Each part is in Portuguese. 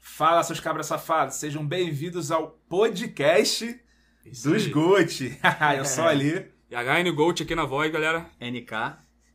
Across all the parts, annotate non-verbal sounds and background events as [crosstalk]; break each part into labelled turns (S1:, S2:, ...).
S1: Fala, seus cabras safados, sejam bem-vindos ao podcast dos Gold. [laughs] Eu sou ali.
S2: E HN Gold aqui na voz, galera.
S3: NK.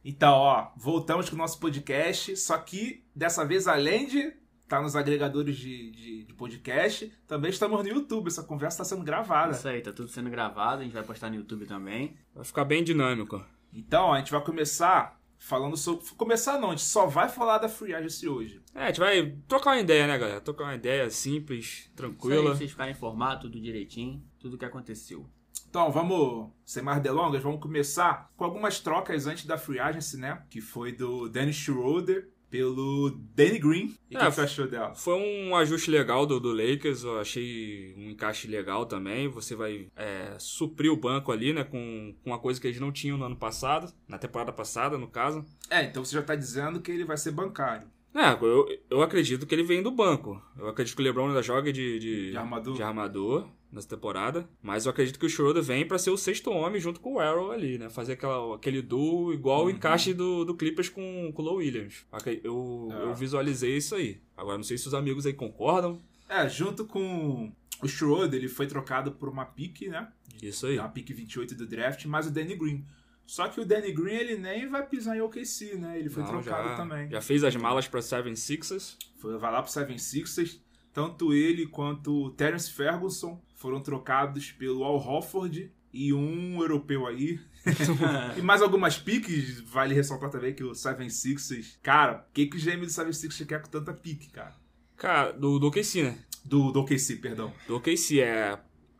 S1: Então, ó, voltamos com o nosso podcast, só que dessa vez, além de estar nos agregadores de, de- de podcast, também estamos no YouTube. Essa conversa está sendo gravada.
S3: Isso aí, tá tudo sendo gravado, a gente vai postar no YouTube também.
S2: Vai ficar bem dinâmico.
S1: Então, ó, a gente vai começar falando sobre. Começar não, a gente só vai falar da Free Agency hoje.
S2: É, a gente vai trocar uma ideia, né, galera? Trocar uma ideia simples,
S3: Isso aí, pra
S2: tranquila.
S3: vocês ficarem informados, tudo direitinho, tudo que aconteceu.
S1: Então, vamos, sem mais delongas, vamos começar com algumas trocas antes da Free Agency, né? Que foi do Dennis Schroeder pelo Danny Green. E o
S2: É,
S1: que você achou dela?
S2: Foi um ajuste legal do, do Lakers, eu achei um encaixe legal também. Você vai é, suprir o banco ali, né, com, com uma coisa que eles não tinham no ano passado, na temporada passada, no caso.
S1: É, então você já tá dizendo que ele vai ser bancário.
S2: É, eu, eu acredito que ele vem do banco. Eu acredito que o LeBron ainda joga de, de,
S1: De armador.
S2: de armador nessa temporada. Mas eu acredito que o Schroeder vem pra ser o sexto homem junto com o Arrow ali, né? Fazer aquela, aquele duo igual
S1: Uhum.
S2: o encaixe do, do Clippers com, com o Low Williams. Ok, Eu,
S1: É.
S2: eu visualizei isso aí. Agora, não sei se os amigos aí concordam.
S1: É, junto com o Schroeder, ele foi trocado por uma pique, né?
S2: Isso aí.
S1: Uma pique 28 do draft, mas o Danny Green. Só que o Danny Green, ele nem vai pisar em OKC, né? Ele foi
S2: Não,
S1: trocado
S2: já,
S1: também.
S2: Já fez as malas pra Seven Sixers.
S1: Foi, vai lá pro 76ers. Tanto ele quanto o Terence Ferguson foram trocados pelo Al Hofford e um europeu
S2: [laughs]
S1: aí. E mais algumas piques, vale ressaltar também que o 76ers... Cara, o que, que o GM do 76ers quer com tanta pique, cara?
S2: Cara, do, do OKC, né?
S1: Do, do OKC, perdão.
S2: Do OKC, é...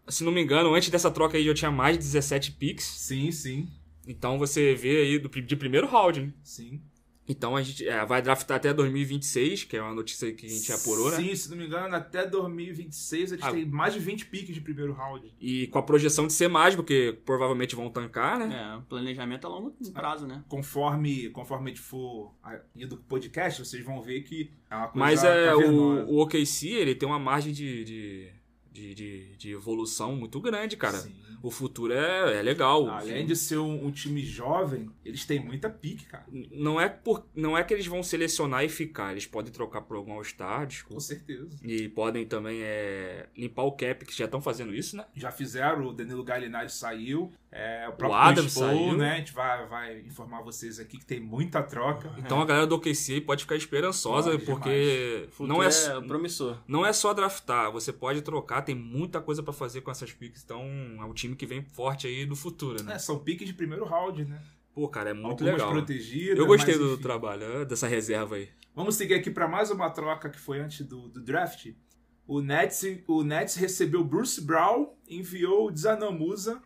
S2: Se não me engano, antes dessa troca aí eu tinha mais de 17 picks.
S1: Sim, sim,
S2: Então você vê aí do, pri- de primeiro round, né?
S1: sim.
S2: Então a gente é, vai draftar até 2026, que é uma notícia que a gente apurou, né?
S1: Sim, se não me engano, até 2026 a gente
S2: Ah.
S1: tem mais de 20 piques de primeiro round.
S2: E com a projeção de ser mais, porque provavelmente vão tancar, né?
S3: É, planejamento a longo prazo, né?
S1: Conforme, conforme a gente for ah, indo pro podcast, vocês vão ver que é né? uma coisa
S2: Mas é,
S1: cavernosa.
S2: o, o OKC, ele tem uma margem de, de, de, de- de evolução muito grande, cara.
S1: Sim.
S2: O futuro é, é legal.
S1: Além de ser um, um time jovem, eles têm muita pique, cara.
S2: Não é, por, não é que eles vão selecionar e ficar, eles podem trocar por algum All-Star,
S1: Com
S2: desculpa.
S1: certeza.
S2: E podem também é, limpar o cap, que já estão fazendo isso, né?
S1: Já fizeram, o Danilo Gallinari saiu, é, o próprio
S2: Adams
S1: Chris Paul,
S2: saiu.
S1: né? A gente vai, vai informar vocês aqui que tem muita troca.
S2: Então a galera do OKC pode ficar esperançosa,
S1: É. Pode
S2: porque
S3: Futuro
S2: não é,
S3: promissor.
S2: não é só draftar, você pode trocar, tem muita coisa pra fazer com essas picks, então é um time que vem forte aí do futuro, né?
S1: É, são piques de primeiro round, né?
S2: Pô, cara, é muito
S1: Algumas
S2: legal.
S1: protegidas.
S2: Eu gostei
S1: mas,
S2: do
S1: enfim.
S2: trabalho, eh, dessa reserva aí.
S1: Vamos seguir aqui para mais uma troca que foi antes do, do draft. O Nets, o Nets recebeu Bruce Brown e enviou o Dzanamusa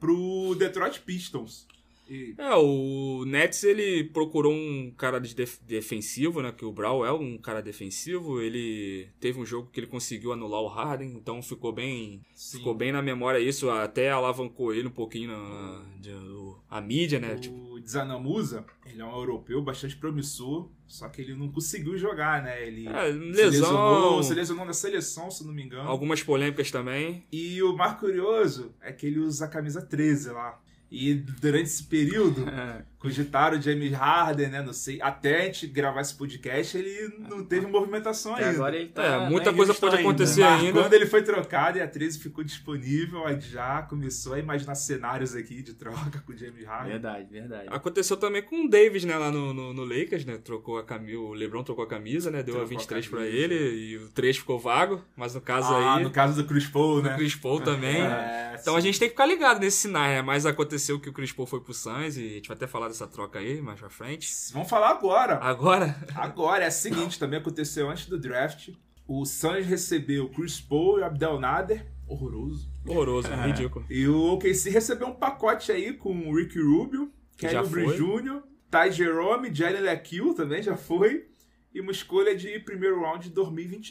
S1: pro Detroit Pistons. E
S2: É, o Nets, ele procurou um cara de def- defensivo, né? Que o Brown é um cara defensivo. Ele teve um jogo que ele conseguiu anular o Harden, então ficou bem
S1: sim,
S2: ficou bem na memória isso. Até alavancou ele um pouquinho na, de- do- a mídia, né? tipo,
S1: o Dzanamusa, ele é um europeu bastante promissor, só que ele não conseguiu jogar, né? Ele
S2: É,
S1: se
S2: lesão,
S1: lesionou, se lesionou na seleção, se não me engano.
S2: algumas polêmicas também.
S1: E o mais curioso é que ele usa a camisa 13 lá. E durante esse período,
S3: É,
S1: cogitaram o James Harden, né? Não sei. Até a gente gravar esse podcast, ele não teve movimentação
S3: Até
S1: ainda.
S3: agora ele tá.
S2: É,
S3: tá
S2: muita
S3: em
S2: coisa
S3: Houston
S2: pode
S3: ainda.
S2: acontecer.
S1: Mas
S2: ainda.
S1: Quando ele foi trocado e a 13 ficou disponível, aí já começou a imaginar cenários aqui de troca com o James
S2: É,
S1: Harden.
S3: Verdade, verdade.
S2: Aconteceu também com o Davis, né, lá no, no, no Lakers, né? Trocou a camisa, o LeBron trocou a camisa, né? Deu
S1: Trocou
S2: a 23 pra
S1: camisa.
S2: ele e o 3 ficou vago, mas no caso
S1: Ah,
S2: aí
S1: no caso do Chris Paul,
S2: o
S1: né?
S2: Chris Paul também.
S1: É,
S2: Então a gente tem que ficar ligado nesses sinais, né? Mas aconteceu que o Chris Paul foi pro Suns e a gente vai até falar dessa troca aí mais pra frente.
S1: Vamos falar agora.
S2: Agora, [laughs]
S1: Agora é a seguinte, também aconteceu antes do draft. O Suns recebeu Chris Paul e o Abdel Nader, horroroso.
S2: horroroso,
S1: É.
S2: ridículo.
S1: E o OKC recebeu um pacote aí com o Ricky Rubio,
S2: Que
S1: Kelly
S2: já
S1: Oubre
S2: foi.
S1: Jr., Ty Jerome, Jalen Lequil também já foi. E uma escolha de primeiro round de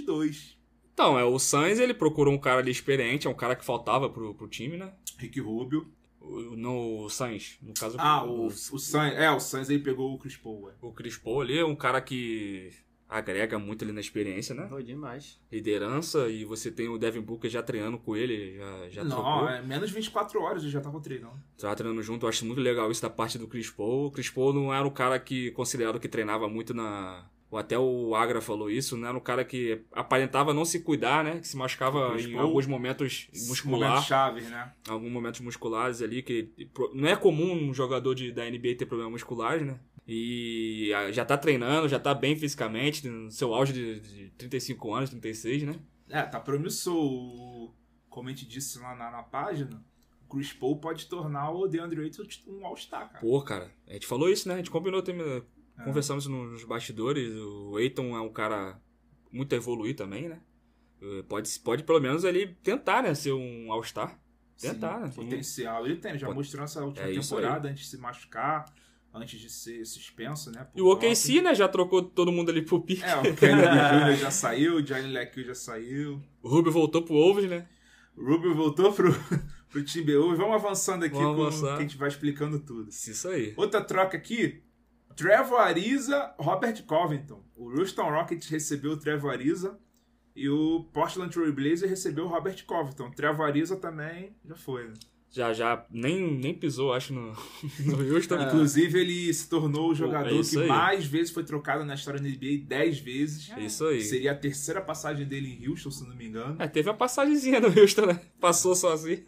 S1: 2022.
S2: Então, é, o Suns, ele procurou um cara ali experiente, é um cara que faltava pro, pro time, né?
S1: Ricky Rubio.
S2: O- No Suns, no caso.
S1: Ah, o, o Suns. É, o Suns aí pegou o Chris Paul. é.
S2: O Chris Paul ali é um cara que agrega muito ali na experiência, né?
S3: Pô, [laughs] demais.
S2: Liderança, e você tem o Devin Booker já treinando com ele, já, já
S1: Não,
S2: trocou.
S1: é menos 24 horas eles já estavam treinando.
S2: Tava treinando junto, eu acho muito legal isso da parte do Chris Paul. O Chris Paul não era um cara que considerado que treinava muito na... ou até o Agra falou isso, né? Era um cara que aparentava não se cuidar, né? Que se machucava
S1: Mas,
S2: em
S1: pô,
S2: alguns momentos
S1: um
S2: muscular
S1: Momentos chaves, né?
S2: alguns momentos musculares ali, que pro- não é comum um jogador de, da NBA ter problemas musculares, né? E ah, já tá treinando, já tá bem fisicamente, no seu auge de, de 35 anos, 36, né?
S1: É, tá promissor. O- Como a gente disse lá na, na página, o Chris Paul pode tornar o DeAndre Ayton um All-Star, cara.
S2: Pô, cara, a gente falou isso, né? A gente combinou, tem- conversamos nos bastidores, o Eiton é um cara muito a evoluir também, né? Eh, Pode, pode pelo menos ali tentar, né? Ser um All-Star. Tentar, né?
S1: Potencial. Ele tem, já
S2: Pot-
S1: mostrou nessa última
S2: É isso aí.
S1: temporada, antes de se machucar, antes de ser suspenso, né? por
S2: E o
S1: doping.
S2: OKC, né? Já trocou todo mundo ali pro pique.
S1: É, o
S2: [laughs]
S1: Kelly Jr. já saiu, o Johnny Leque já saiu.
S2: O Rubio voltou pro Wolves, né?
S1: O Rubio voltou pro, [laughs] pro Timberwolves. Vamos avançando aqui
S2: Vamos
S1: com
S2: avançar.
S1: que a gente vai explicando tudo.
S2: Isso aí.
S1: Outra troca aqui. Trevor Ariza, Robert Covington. O Houston Rockets recebeu o Trevor Ariza e o Portland Trail Blazers recebeu o Robert Covington. Trevor Ariza também já foi. Né?
S2: já já nem, nem pisou, acho, no, [laughs] no Houston.
S1: É. Inclusive, ele se tornou o jogador
S2: É. isso
S1: que
S2: aí.
S1: mais vezes foi trocado na história da NBA, 10 vezes.
S2: É Isso aí.
S1: Seria a terceira passagem dele em Houston, se não me engano.
S2: É, teve uma passagemzinha no Houston, né? Passou sozinho.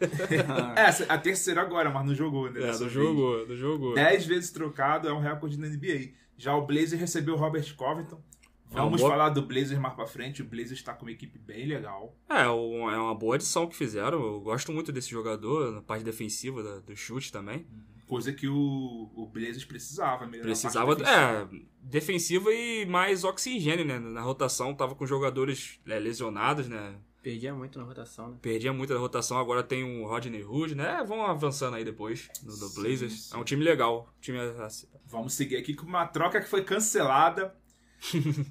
S1: É, a terceira agora, mas não jogou, né?
S2: É,
S1: dessa
S2: do
S1: vez.
S2: jogo, do jogo.
S1: 10 vezes trocado é um recorde na NBA. Já o Blazer recebeu o Robert Covington. Vamos
S2: boa-
S1: falar do Blazer mais pra frente. O Blazer está com uma equipe bem legal.
S2: É, um- é uma boa adição que fizeram. Eu gosto muito desse jogador, na parte defensiva da- do chute também.
S1: Coisa que o, o Blazers precisava. melhorar a parte
S2: Precisava,
S1: defensiva.
S2: é, defensiva e mais oxigênio, né? Na rotação tava com jogadores é, lesionados, né?
S3: Perdia muito na rotação, né?
S2: Perdia muito da rotação, agora tem o Rodney Hood, né? Vão avançando aí depois no, do
S1: Sim,
S2: Blazers.
S1: sim.
S2: É um time legal. Time assim,
S1: Vamos seguir aqui com uma troca que foi cancelada.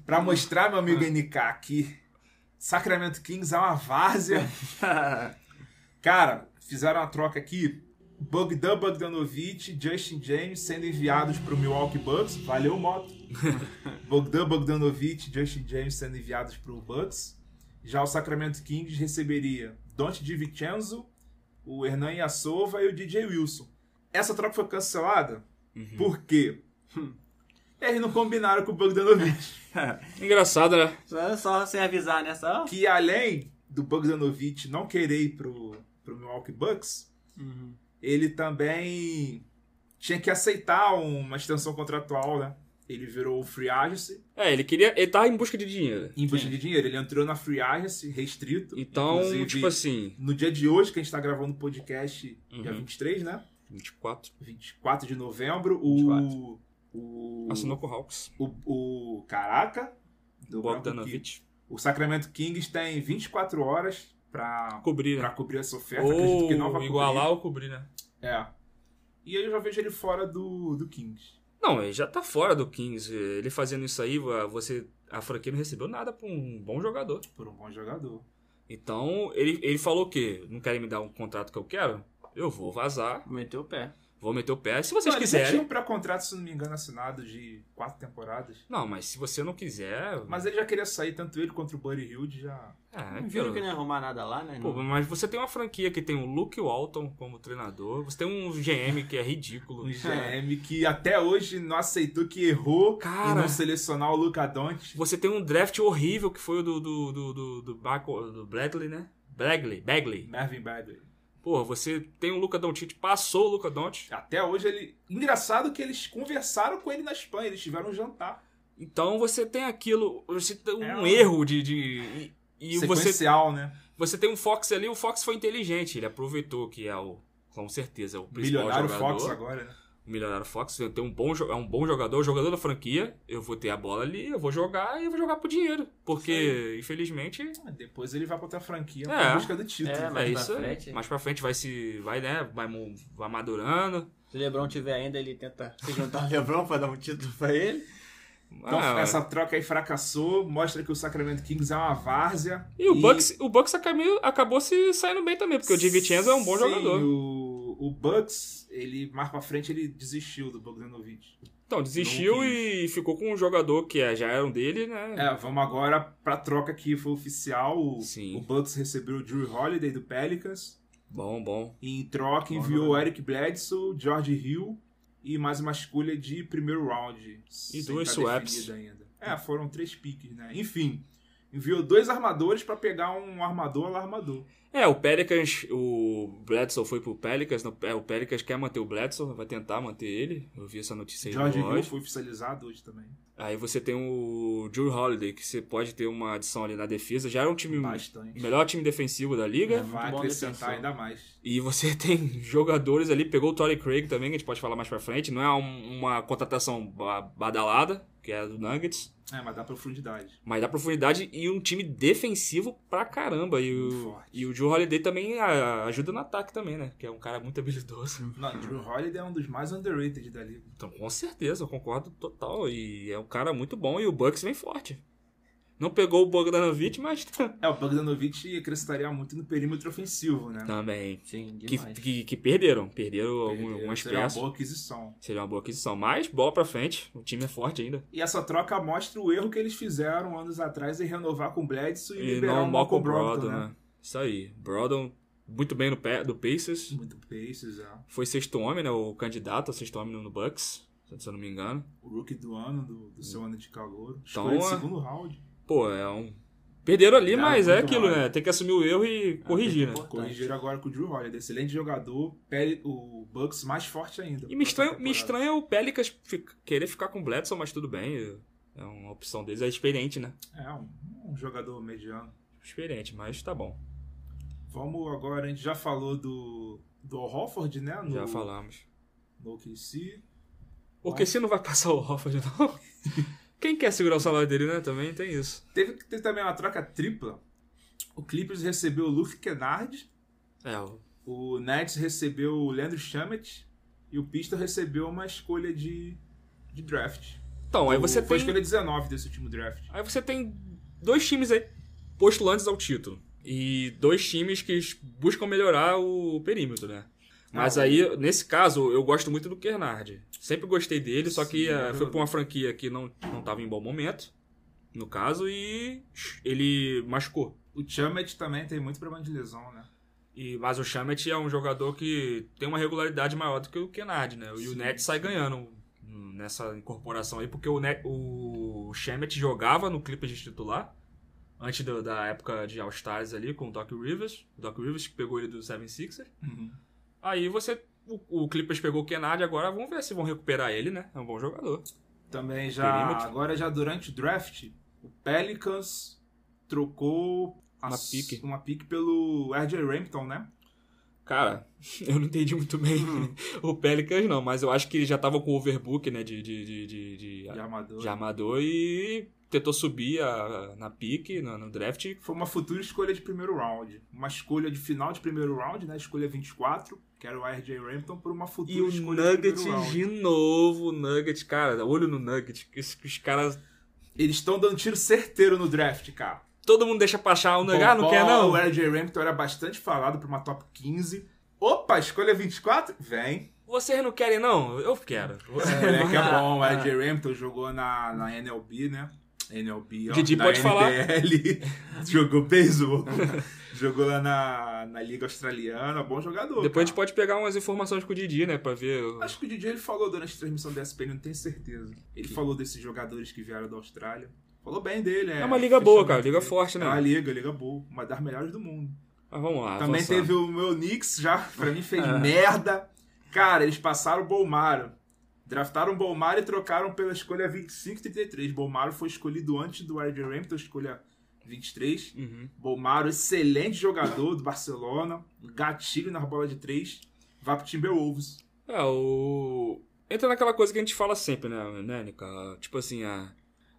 S1: pra mostrar, meu amigo NK, que Sacramento Kings é uma várzea. Cara, fizeram uma troca aqui. Bogdan Bogdanovic, Justin James sendo enviados pro Milwaukee Bucks. Valeu, moto. Bogdan Bogdanovic, Justin James sendo enviados pro Bucks. Já o Sacramento Kings receberia Dante DiVincenzo, o Hernan Yassova e o DJ Wilson. Essa troca foi cancelada
S2: Uhum.
S1: por quê? [laughs] Eles não combinaram com o Bogdanovic. [laughs]
S2: Engraçado, né?
S3: [laughs] Só, só sem avisar, né? Só...
S1: que além do Bogdanovic não querer ir pro, pro Milwaukee Bucks,
S3: Uhum.
S1: ele também tinha que aceitar uma extensão contratual, né? Ele virou free agency
S2: É, ele queria. Ele tava em busca de dinheiro.
S1: em busca de dinheiro. Ele entrou na free agency restrito.
S2: Então,
S1: Inclusive,
S2: tipo assim,
S1: no dia de hoje, que a gente tá gravando o podcast, dia
S2: Uhum.
S1: 23, né?
S2: 24.
S1: 24 de novembro, o. O,
S2: Assinou com o Hawks.
S1: o, o. Caraca! Do branco aqui.
S2: Bogdanovich.
S1: O Sacramento Kings tem 24 horas pra,
S2: Cobrir,
S1: pra
S2: né?
S1: cobrir essa oferta. Acredito
S2: Ou
S1: que não vai
S2: igualar ou cobrir, né?
S1: cobrir. É. E aí eu já vejo ele fora do, do Kings.
S2: Não, ele já tá fora do 15. Ele fazendo isso aí, você. A franquia não recebeu nada pra um bom jogador.
S1: Por um bom jogador.
S2: Então, ele, ele falou o quê? Não querem me dar um contrato que eu quero? Eu vou vazar,
S3: Meteu o pé.
S2: vou meter o pé. Se vocês
S1: Não, ele já
S2: quiserem.
S1: tinha um pré-contrato, se não me engano, assinado de quatro temporadas.
S2: Não, mas se você não quiser.
S1: Mas ele já queria sair, tanto ele quanto o Buddy Hilde já.
S2: É,
S3: Não Viram
S2: cara.
S3: que não ia arrumar nada lá,
S4: é
S3: né?
S2: Pô, mas você tem uma franquia que tem o Luke Walton como treinador, você tem um GM que é ridículo.
S1: [laughs] Um GM que até hoje não aceitou que errou
S2: Cara.
S1: em não selecionar o Luca Doncic.
S2: Você tem um draft horrível que foi o do, do, do, do, do, Baco- do Bradley, né? Bagley, Bagley.
S1: Marvin Bagley.
S2: Porra, você tem o Luca Doncic, passou o Luca Doncic.
S1: Até hoje ele. Engraçado que eles conversaram com ele na Espanha, eles tiveram um jantar.
S2: Então você tem aquilo, você tem um
S1: É um-
S2: erro de... de e e você,
S1: Sequencial, né?
S2: você tem um Fox ali, o Fox foi inteligente, ele aproveitou que é o... Com certeza, é o principal
S1: Milionário
S2: jogador.
S1: Fox agora, né?
S2: O Milionário Fox tem um bom, jo- é um bom jogador, jogador da franquia. Eu vou ter a bola ali, eu vou jogar e eu vou jogar por dinheiro. Porque, infelizmente,
S1: Ah, Depois ele vai pra outra franquia
S2: É.
S1: em busca do título.
S3: É,
S1: né?
S3: mas-
S2: é
S3: pra
S2: isso. aí.
S3: frente.
S2: Mais pra frente vai se. Vai, né? Vai, mu- vai madurando.
S3: Se o Lebron tiver ainda, ele tenta se juntar ao [laughs] Lebron pra dar um título pra ele.
S1: Então
S2: Ah,
S1: essa troca aí fracassou, mostra que o Sacramento Kings é uma várzea.
S2: E o Bucks, o Bucks acabou, acabou se saindo bem também, porque o DiVincenzo é um bom
S1: Sim,
S2: jogador.
S1: O, o Bucks, ele mais pra frente, ele desistiu do Bogdanovic.
S2: Então, desistiu
S1: não
S2: e ficou com um jogador que é- já era um dele, né?
S1: É, vamos agora pra troca que foi oficial. O,
S2: Sim.
S1: o Bucks recebeu o Drew Holiday do Pelicans.
S2: Bom, bom.
S1: E em troca
S3: Bom
S1: enviou
S3: jogador.
S1: Eric Bledsoe, George Hill e mais uma escolha de primeiro round. sem
S2: duas
S1: tá
S2: swaps. Tá.
S1: definida Ainda. É, foram três piques, né? Enfim, enviou dois armadores pra pegar um armador lá armador.
S2: É, o Pelicans, o Bledsoe foi pro Pelicans, não, é, o Pelicans quer manter o Bledsoe, vai tentar manter ele. Eu vi essa notícia aí
S1: George
S2: no
S1: Hill
S2: Lodge.
S1: foi oficializado hoje também.
S2: Aí você tem o Drew Holiday, que você pode ter uma adição ali na defesa. Já era um time,
S1: Bastante.
S2: melhor time defensivo da
S1: É,
S2: liga.
S1: vai
S3: bom
S1: acrescentar
S3: defensor.
S1: ainda mais.
S2: E você [laughs] tem jogadores ali, pegou o Torrey Craig também, que a gente pode falar mais pra frente. Não é um- uma contratação ba- badalada, que é a do Nuggets,
S1: É, mas dá profundidade.
S2: mas dá profundidade e um time defensivo pra caramba. E
S1: Muito
S2: o,
S1: forte.
S2: e o Drew Holiday também a- ajuda no ataque também, né? Que é um cara muito habilidoso.
S1: Não, Drew Holiday é um dos mais underrated da liga.
S2: Então, com certeza, eu concordo total. E é um cara muito bom e o Bucks vem forte. Não pegou o Bogdanovich, mas tá-
S1: É, o Bogdanovic acrescentaria muito no perímetro ofensivo, né?
S2: também.
S3: Sim,
S2: Que,
S3: demais.
S2: que, que perderam, perderam, algum-
S1: Perderam,
S2: algumas
S1: seria uma
S2: peças.
S1: boa aquisição.
S2: Seria uma boa aquisição. Mas bola pra frente. O time é forte ainda.
S1: E essa troca mostra o erro que eles fizeram anos atrás em renovar com o Bledsoe e,
S2: E
S1: liberar
S2: não
S1: o
S2: mal com
S1: Malcolm
S2: o Brogdon,
S1: Brogdon, né?
S2: né? Isso aí. Brogdon muito bem no pé do Pacers.
S1: Muito Pacers, é.
S2: Foi sexto homem, né? O candidato a sexto homem no Bucks, se eu não me engano.
S1: O rookie do ano, do, do seu ano de calor.
S2: Hum. Então,
S1: Escolha de
S2: é-
S1: segundo round.
S2: Pô, é um... Perderam ali,
S1: Não,
S2: mas é
S1: muito
S2: aquilo,
S1: mal. É,
S2: né? Tem que assumir o erro e corrigir, né?
S3: importante.
S1: Corrigiram agora com o Drew Holiday. Excelente jogador. pele- O Bucks mais forte ainda.
S2: E me estranha,
S1: Pra
S2: me estranha o Pelicans fi- querer ficar com o Bledsoe, mas tudo bem. É uma opção deles. É experiente, né?
S1: temporada. É, um, um jogador mediano.
S2: Experiente, mas tá bom.
S1: Vamos agora, a gente já falou do, do Al Horford, né? No,
S2: Já falamos.
S1: No OKC.
S2: Porque se não vai passar o Hofford, [laughs]
S1: [laughs]
S2: não... Quem quer segurar o salário dele, né? Também tem isso.
S1: Teve que ter também uma troca tripla. O Clippers recebeu o Luke Kennard.
S2: É, o
S1: O Nets recebeu o Leandro Chamet e o Pista recebeu uma escolha de, de draft.
S2: Então, aí você
S1: O- Foi a
S2: tem...
S1: escolha 19 desse último draft.
S2: Aí você tem dois times aí postulantes ao título. E dois times que buscam melhorar o perímetro, né? Mas
S1: Ah,
S2: aí, nesse caso, eu gosto muito do Kernard. Sempre gostei dele, só que
S1: Sim,
S2: eh,
S1: eu-
S2: foi pra uma franquia que não, não tava em bom momento, no caso, e ele machucou.
S1: O Chamet também tem muito problema de lesão, né?
S2: E, mas o Chamet é um jogador que tem uma regularidade maior do que o Kennard, né? E o
S1: Sim.
S2: Nets sai ganhando hum, nessa incorporação aí, porque o, Net, o Chamet jogava no Clippers de titular, antes do- da época de All-Stars ali, com o Doc Rivers. O Doc Rivers que pegou ele do 76ers. Aí você... O, o Clippers pegou o Kennard agora, vamos ver se vão recuperar ele, né? É um bom jogador.
S1: Também já.
S2: Perímetro.
S1: Agora já durante o draft, o Pelicans trocou a
S2: Uma
S1: s-
S2: pique.
S1: uma pique pelo RJ Rampton, né?
S2: Cara, [laughs] eu não entendi muito bem [laughs] o Pelicans, não, mas eu acho que ele já tava com o overbook, né, de- de- de- de- de
S1: É. De armador.
S2: de armador e tentou subir a- na pique, no, no draft.
S1: Foi uma futura escolha de primeiro round. Uma escolha de final de primeiro round, né? Escolha 24, que era o RJ Rampton, por uma futura
S2: E o
S1: escolha de
S2: Nugget
S1: primeiro round.
S2: de novo, o Nugget, cara, olho no Nugget, que os, que os caras.
S1: Eles estão dando tiro certeiro no draft, cara.
S2: Todo mundo deixa pra achar o Nugget, ah, não
S1: Bom,
S2: quer não?
S1: O RJ Rampton era bastante falado pra uma top 15. Opa, escolha 24? Vem.
S2: Vocês não querem não? Eu quero.
S1: Esse
S2: [laughs] né,
S1: moleque é bom. O RJ Rampton jogou na, na NLB, né? NLB, ó,
S2: Didi
S1: na
S2: pode falar.
S1: NBL. [laughs] jogou beisebol. [laughs] jogou lá na, na Liga Australiana. Bom jogador.
S2: Depois a gente
S1: cara.
S2: pode pegar umas informações com o Didi, né, pra ver.
S1: Acho que o Didi ele falou durante a transmissão da SPN, não tenho certeza. Ele falou desses jogadores que vieram da Austrália. Falou bem dele, é.
S2: É uma liga boa,
S1: Fechamento
S2: cara, liga
S1: dele.
S2: forte,
S1: É
S2: né? Ah,
S1: uma liga, liga boa. Uma das melhores do mundo.
S2: Mas vamos lá.
S1: Também
S2: avançar.
S1: teve o meu Knicks já, [laughs] pra mim fez
S2: Ah.
S1: merda. Cara, eles passaram o Bolmaro. Draftaram o Bolmaro e trocaram pela escolha 25 e 33. Bolmaro foi escolhido antes do RJ Rampton, escolha 23.
S2: Uhum.
S1: Bolmaro, excelente jogador do Barcelona. Um Gatilho nas bolas de 3. Vai pro Timberwolves.
S2: É, o. Entra naquela coisa que a gente fala sempre, né, né Nica? Tipo assim, a...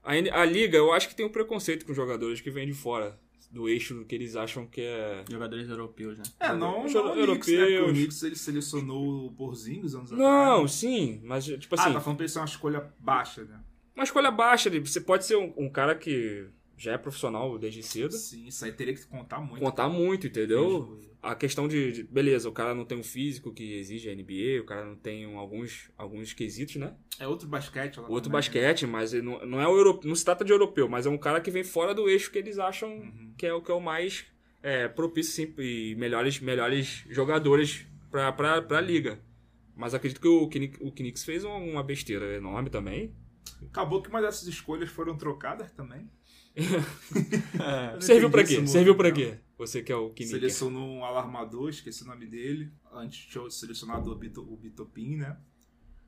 S2: A, N- a liga, eu acho que tem um preconceito com os jogadores que vêm de fora do eixo do que eles acham que é.
S3: Jogadores [laughs] europeus, né?
S1: É, não,
S2: Os
S1: não o Knicks, né? Porque o
S2: europeus.
S1: Knicks ele selecionou o Porzingis anos atrás.
S2: Não, sim, mas tipo assim,
S1: Ah, tá falando pra ele ser uma escolha baixa, né?
S2: uma escolha baixa, ele- você pode ser um, um cara que já é profissional desde cedo,
S1: Sim, isso aí teria que contar muito.
S2: contar muito, entendeu? A questão de, de- beleza, o cara não tem um físico que exige a NBA, o cara não tem um- alguns, alguns quesitos, né?
S1: É outro basquete. lá
S2: Outro
S1: também, né?
S2: basquete, mas ele não, não é o europeu, não se trata de europeu, mas é um cara que vem fora do eixo que eles acham
S1: Uhum.
S2: que é o que é o mais é, propício sim, e melhores, melhores jogadores pra, pra, pra liga. Mas acredito que o, Kni- o Knicks fez uma, uma besteira um, enorme também.
S1: Acabou que uma dessas escolhas foram trocadas também.
S3: É.
S1: Eu não
S2: Serviu
S1: entendi
S2: pra
S1: esse
S2: quê?
S1: mundo,
S2: Serviu pra
S1: cara.
S2: quê? Você que é o Kiniker.
S1: Selecionou um alarmador, esqueci o nome dele. Antes tinha selecionado o, Bito, o Bitopin, né?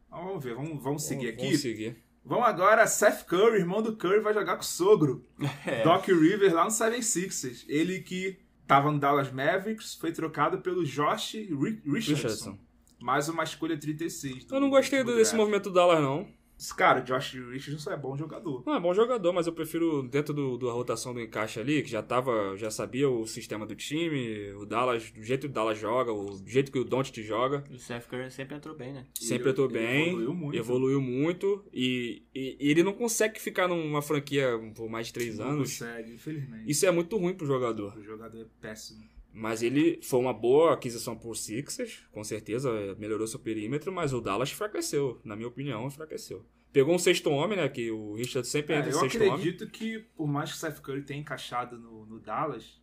S1: Então, vamos ver, vamos, vamos seguir
S2: Vamos
S1: aqui.
S2: seguir.
S1: Vamos agora, Seth Curry, irmão do Curry, vai jogar com o sogro.
S3: É.
S1: Doc Rivers lá no 76ers. Ele que tava no Dallas Mavericks, foi trocado pelo Josh Ri- Richardson.
S2: Richardson.
S1: Mais uma escolha 36. do-
S2: Eu não gostei
S1: do
S2: desse
S1: draft.
S2: movimento do Dallas, não.
S1: Cara, o Josh Richardson é bom jogador.
S2: Não, é bom jogador, mas eu prefiro dentro do- da rotação do encaixe ali, que já tava, já sabia o sistema do time, o Dallas, do jeito que o Dallas joga, o jeito que o Doncic joga.
S3: O Seth Curry sempre entrou bem, né?
S2: Sempre atuou
S1: Ele
S2: bem.
S1: Evoluiu muito.
S2: Evoluiu muito e, e- e ele não consegue ficar numa franquia por mais de três
S1: Não
S2: anos.
S1: consegue, infelizmente.
S2: Isso é muito ruim pro jogador.
S1: O jogador é péssimo.
S2: Mas ele foi uma boa aquisição por Sixers, com certeza melhorou seu perímetro, mas o Dallas enfraqueceu, na minha opinião, enfraqueceu. Pegou um sexto homem, né? Que o Richard sempre
S1: É,
S2: entra em
S1: eu
S2: sexto homem.
S1: acredito que, por mais que o Seth Curry tenha encaixado no, no Dallas,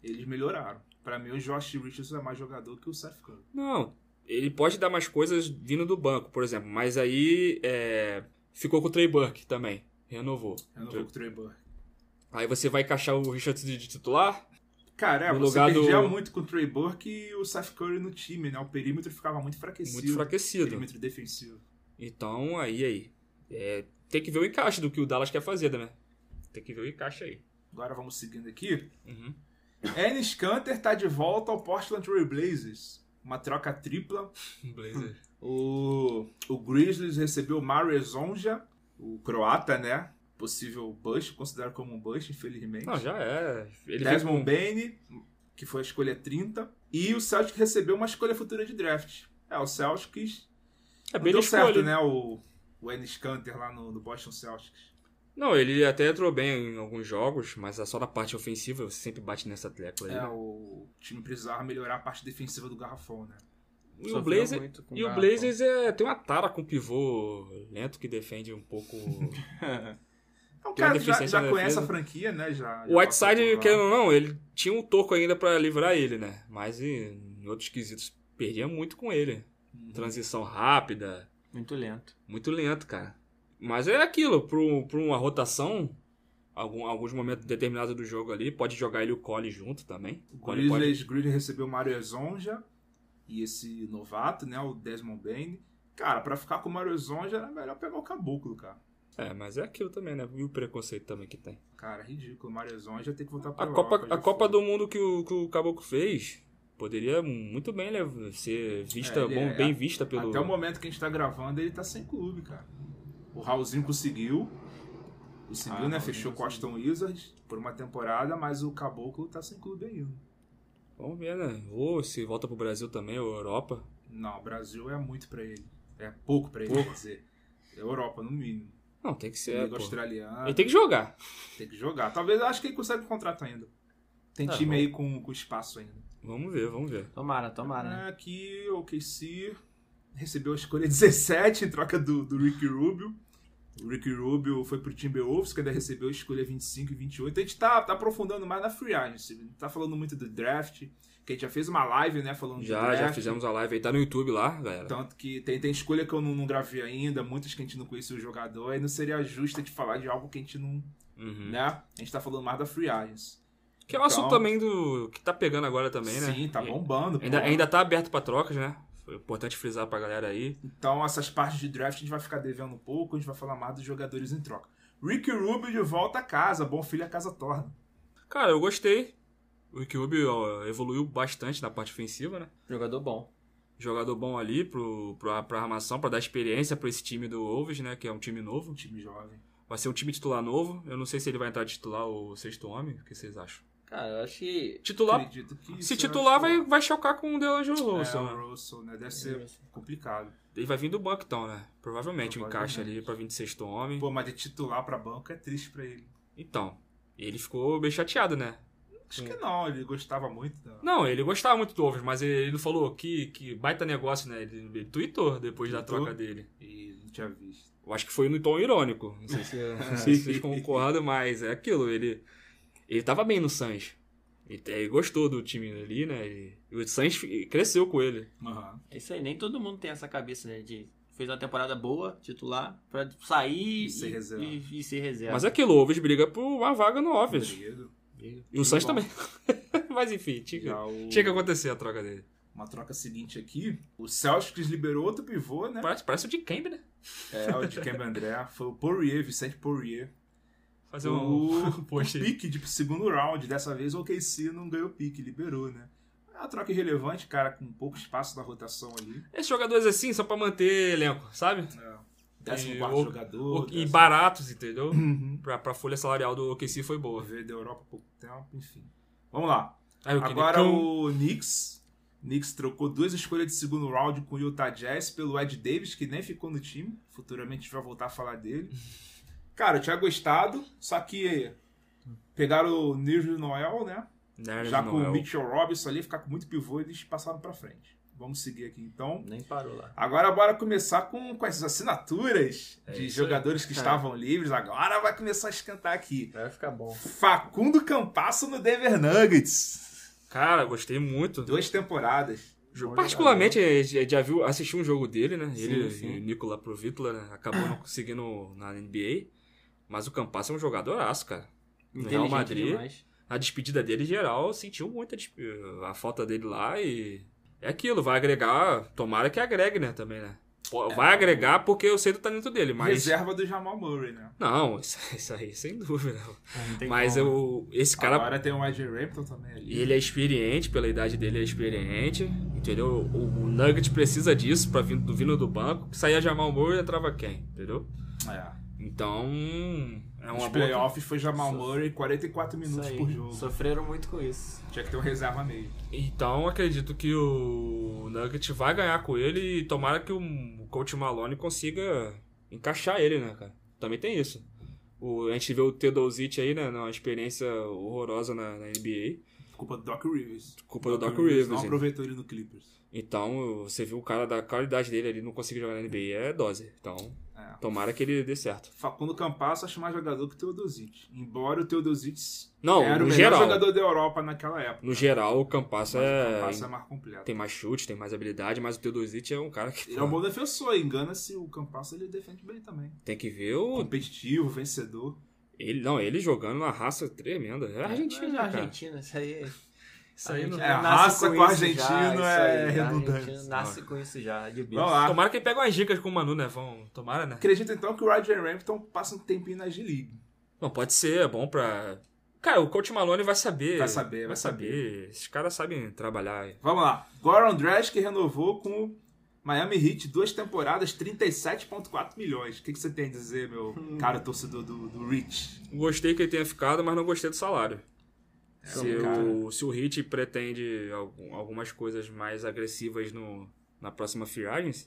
S1: eles melhoraram. Pra mim, o Josh Richardson é mais jogador que o Seth Curry.
S2: Não, ele pode dar mais coisas vindo do banco, por exemplo, mas aí é, ficou com o Trey Burke também, renovou.
S1: Eu não vou com o Trey Burke.
S2: Aí você vai encaixar o Richard de de titular?
S1: Cara, é,
S2: No
S1: você
S2: lugar do-
S1: perdia muito com o Trey Burke e o Seth Curry no time, né? O perímetro ficava muito enfraquecido.
S2: Muito enfraquecido.
S1: Perímetro defensivo.
S2: Então, aí, aí. É, tem que ver o encaixe do que o Dallas quer fazer, né? Tem que ver o encaixe aí.
S1: Agora vamos seguindo aqui.
S2: Uhum.
S1: [laughs] Ennis Canter tá de volta ao Portland Trail Blazers. Uma troca tripla.
S2: Blazer.
S1: O, o Grizzlies recebeu o Mario Zonja, o croata, né? Possível Bush, considero como um Bush, infelizmente.
S2: Não, já é. Ele fez
S1: Desmond
S2: um
S1: Bane, que foi a escolha 30. E o Celtic recebeu uma escolha futura de draft. É, o Celtics
S2: É
S1: não
S2: bem
S1: deu
S2: escolha.
S1: certo, né? O, o Ennis Canter lá no, no Boston Celtics.
S2: Não, ele até entrou bem em alguns jogos, mas é só na parte ofensiva, você sempre bate nessa tecla aí.
S1: É,
S2: né?
S1: o time precisava melhorar a parte defensiva do garrafão, né?
S2: E o
S3: Sofreu
S2: Blazer,
S3: muito com
S2: e o
S3: garrafão.
S2: Blazers é, tem uma tara com pivô lento que defende um
S1: [laughs]
S2: pouco.
S4: [laughs]
S1: Então, o
S2: Tem uma
S1: cara já,
S2: deficiência
S1: já
S2: na
S1: conhece
S2: defesa.
S1: a franquia, né? Já, já
S2: o Whiteside,
S1: passou por
S2: querendo
S1: lá.
S2: ou não, ele tinha um toco ainda pra livrar ele, né? Mas em outros quesitos perdia muito com ele.
S1: Uhum.
S2: Transição rápida,
S3: Muito lento.
S2: Muito lento, cara. Mas é aquilo, pro, pro uma rotação, algum, alguns momentos determinados do jogo ali, pode jogar ele e o Cole junto também.
S1: O
S2: O Cole pode...
S1: Grizzlies, Grizzlies recebeu o Mario Zonja e esse novato, né? O Desmond Bane. Cara, pra ficar com o Mario Zonja era melhor pegar o Caboclo, cara.
S2: É, mas é aquilo também, né? E o preconceito também que tem.
S1: Cara, ridículo. O Mario Zonja tem que voltar pra
S2: A
S1: Europa,
S2: Copa,
S1: já
S2: a Copa
S1: foi.
S2: do Mundo que o, que o Caboclo fez poderia muito bem né, ser vista,
S1: É, ele
S2: bom,
S1: é-
S2: bem vista pelo.
S1: Até o momento que a gente tá gravando, ele tá sem clube, cara. O Raulzinho conseguiu. Conseguiu,
S3: Ah,
S1: né?
S3: Raulzinho
S1: Fechou com o
S3: conseguiu.
S1: Aston Wizards por uma temporada, mas o Caboclo tá sem clube ainda.
S2: Vamos ver, né? Ou se volta pro Brasil também, ou Europa.
S1: Não, o Brasil é muito pra ele. É pouco pra ele, quer dizer. É Europa, no mínimo.
S2: Não, tem que ser.
S1: Liga
S2: É, pô.
S1: australiana.
S2: Ele tem que jogar.
S1: Tem que jogar. Talvez eu acho que ele consegue um contrato ainda. Tem
S2: Tá
S1: time
S2: bom.
S1: aí com, com espaço ainda.
S2: Vamos ver, vamos ver.
S3: Tomara, tomara, né?
S1: Ah, Aqui o KC recebeu a escolha [laughs] 17 em troca do, do Ricky Rubio. O Ricky Rubio foi pro Timberwolves, que ainda recebeu a escolha 25 e 28. A gente tá, tá aprofundando mais na free agency. Não tá falando muito do draft, que a gente já fez uma live, né, falando do
S2: Já,
S1: draft.
S2: já fizemos a live aí, tá no YouTube lá, galera.
S1: Tanto que tem, tem escolha que eu não, não gravei ainda, muitas que a gente não conhecia o jogador, aí não seria justo de falar de algo que a gente não,
S2: Uhum.
S1: né? A gente tá falando mais da free agency.
S2: Que é um assunto
S1: Então-
S2: também do. que tá pegando agora também, né?
S1: Sim, tá bombando. pô.
S2: Ainda, ainda tá aberto pra trocas, né? Foi importante frisar pra galera aí.
S1: Então, essas partes de draft a gente vai ficar devendo um pouco, a gente vai falar mais dos jogadores em troca. Ricky Rubio de volta a casa, bom filho a casa torna.
S2: Cara, eu gostei. O Ikeubi ó, evoluiu bastante na parte ofensiva, né?
S3: Jogador bom.
S2: Jogador bom ali pro, pra, pra armação, pra dar experiência pra esse time do Wolves, né? Que é um time novo.
S1: Um time jovem.
S2: Vai ser um time titular novo. Eu não sei se ele vai entrar de titular ou sexto homem. O que vocês acham?
S3: Cara, eu acho que.
S2: Titular.
S1: Acredito que
S2: Se
S1: isso é
S2: titular, vai,
S1: titular.
S2: vai chocar com o DeLangelo
S1: É,
S2: Russell, né?
S1: o Russell, né? Deve ser complicado.
S2: Ele vai vir do banco então, né? Provavelmente, um encaixe
S1: Provavelmente.
S2: ali pra 26 homem.
S1: Pô, mas de titular pra banco é triste pra ele.
S2: Então, ele ficou bem chateado, né?
S1: Acho que não, ele gostava muito da...
S2: Não, ele gostava muito do Wolves, mas ele não falou que, que baita negócio, né? Ele, ele tweetou depois da
S1: Tweetou?
S2: troca dele.
S1: E não tinha visto.
S2: Eu acho que foi no tom irônico. Não
S1: [laughs]
S2: sei se, é- não sei se vocês concordam, mas é aquilo. Ele, ele tava bem no Suns. Ele, ele gostou do time ali, né? E, e o Suns cresceu com ele.
S1: Aham.
S3: É Isso aí, nem todo mundo tem essa cabeça, né? De
S4: fez uma temporada boa, titular, pra sair
S1: E ser reserva.
S4: e- e ser reserva.
S2: Mas é aquilo, o Ovis briga por uma vaga no Ovis.
S1: Tá Rodrigo.
S2: E o Sanches
S1: Bom.
S2: também. [laughs] Mas enfim, tinha,
S1: Já o-
S2: tinha que acontecer a troca dele.
S1: Uma troca seguinte aqui. O Celtics liberou outro pivô, né?
S2: Parece, parece o de Kemp, né?
S1: É, o de Kemba André. Foi o Poirier, Vicente Poirier.
S2: Fazer um,
S1: O- [laughs]
S2: um post aí.
S1: Pique de segundo round. Dessa vez o OKC não ganhou pique, liberou, né? É uma troca irrelevante, cara, com pouco espaço na rotação ali.
S2: Esses jogadores assim, só pra manter elenco, sabe?
S1: Décimo
S2: É. E
S1: quarto
S2: o-
S1: jogador.
S2: e
S1: décimo-
S2: baratos, entendeu?
S1: Uhum.
S2: Pra, pra folha salarial do OKC foi boa.
S1: Veio da Europa há pouco tempo, enfim. Vamos lá.
S2: Aí o
S1: Agora
S2: Kinecão-
S1: o Knicks. Knicks trocou duas escolhas de segundo round com o Utah Jazz pelo Ed Davis, que nem ficou no time. Futuramente a gente vai voltar a falar
S2: [laughs]
S1: dele. Cara, eu tinha gostado, só que pegaram o Nervo Noel, né?
S2: Nerlens
S1: Já com
S2: Noel.
S1: o Mitchell Robinson ali, ficar com muito pivô, eles passaram pra frente. Vamos seguir aqui então.
S4: Nem parou lá.
S1: Agora bora começar com, com essas assinaturas
S2: É
S1: de
S2: isso aí.
S1: jogadores que estavam livres. Agora vai começar a esquentar aqui.
S3: Vai ficar bom.
S1: Facundo Campasso no Denver Nuggets.
S2: Cara, gostei muito.
S1: Duas temporadas.
S2: Jogo- Particularmente, eh, já já viu, assisti um jogo dele, né?
S4: Sim,
S2: Ele
S4: sim.
S2: e o Nikola Provitula né? acabou não conseguindo na NBA. Mas o Campas é um jogadoraço, cara. No Real
S4: Inteligente
S2: Madrid.
S4: demais.
S2: A despedida dele, em geral, sentiu muito a, des- a falta dele lá e. É aquilo, vai agregar. Tomara que agregue, né? Também, né? Pô, Vai agregar porque eu sei do talento dele, mas.
S1: É, Reserva do Jamal Murray, né?
S2: Não, [laughs] isso, isso aí, sem dúvida.
S1: É,
S3: Não tem
S2: Mas
S3: como.
S2: eu, esse cara.
S1: Agora tem o Ed Rampton também ali.
S2: Ele é experiente, pela idade dele é experiente, entendeu? O, o Nugget precisa disso pra vir, do- vindo do banco. Saía Jamal Murray e entrava quem, entendeu?
S1: É.
S2: Então, é
S1: Os
S2: uma boa...
S1: playoffs foi Jamal Murray, 44
S4: Isso
S1: minutos
S4: aí.
S1: por jogo.
S4: Sofreram muito com isso.
S1: Tinha que ter um reserva meio.
S2: Então, acredito que o Nugget vai ganhar com ele e tomara que o, o coach Malone consiga encaixar ele, né, cara? Também tem isso. O, a gente vê o Teodosic aí, né, numa experiência horrorosa na, na NBA.
S1: Culpa do Doc Rivers.
S2: Culpa do Doc Rivers,
S1: Não
S2: hein?
S1: aproveitou ele no Clippers.
S2: Então, você viu o cara da qualidade dele ali não conseguir jogar na NBA, é dose. Então,
S1: É.
S2: Tomara que ele dê certo.
S1: Facundo Campasso acho mais jogador que o Teodosic. Embora o Teodosic
S2: Não,
S1: era o
S2: no
S1: melhor
S2: geral.
S1: jogador da Europa naquela época.
S2: No geral, o Campasso
S1: Mas o
S2: é...
S1: Campasso é mais completo.
S2: tem mais chute, tem mais habilidade, mas o Teodosic é um cara que
S1: Ele é um bom defensor, engana-se. O Campasso ele defende bem também.
S2: tem que ver o...
S1: Competitivo, vencedor.
S2: Ele, não, ele jogando na raça tremenda. É argentino, né,
S4: Argentina,
S2: cara?
S4: Argentina, isso aí. é-
S2: Isso aí não...
S1: É, a
S4: nasce
S1: raça com
S4: isso
S1: argentino
S4: já, isso
S1: é
S4: aí,
S1: redundante.
S4: argentino Nasce com isso já, de bicho.
S1: Vamos lá.
S2: Tomara que ele pegue umas dicas com o Manu, né? Vão... Tomara, né?
S1: Acredito então que o Roger Rampton passa um tempinho na G-League.
S2: Não, pode ser, é bom pra... Cara, o Coach Malone vai saber.
S1: Vai saber, vai
S2: Esses caras sabem trabalhar.
S1: Vamos lá. Goran Dragic renovou com o Miami Heat duas temporadas, 37,4 milhões. O que, que você tem a dizer, meu caro torcedor do, do Rich?
S2: Gostei que ele tenha ficado, mas não gostei do salário. se,
S1: um cara.
S2: o, se o Hit pretende algum- algumas coisas mais agressivas no, na próxima free agency,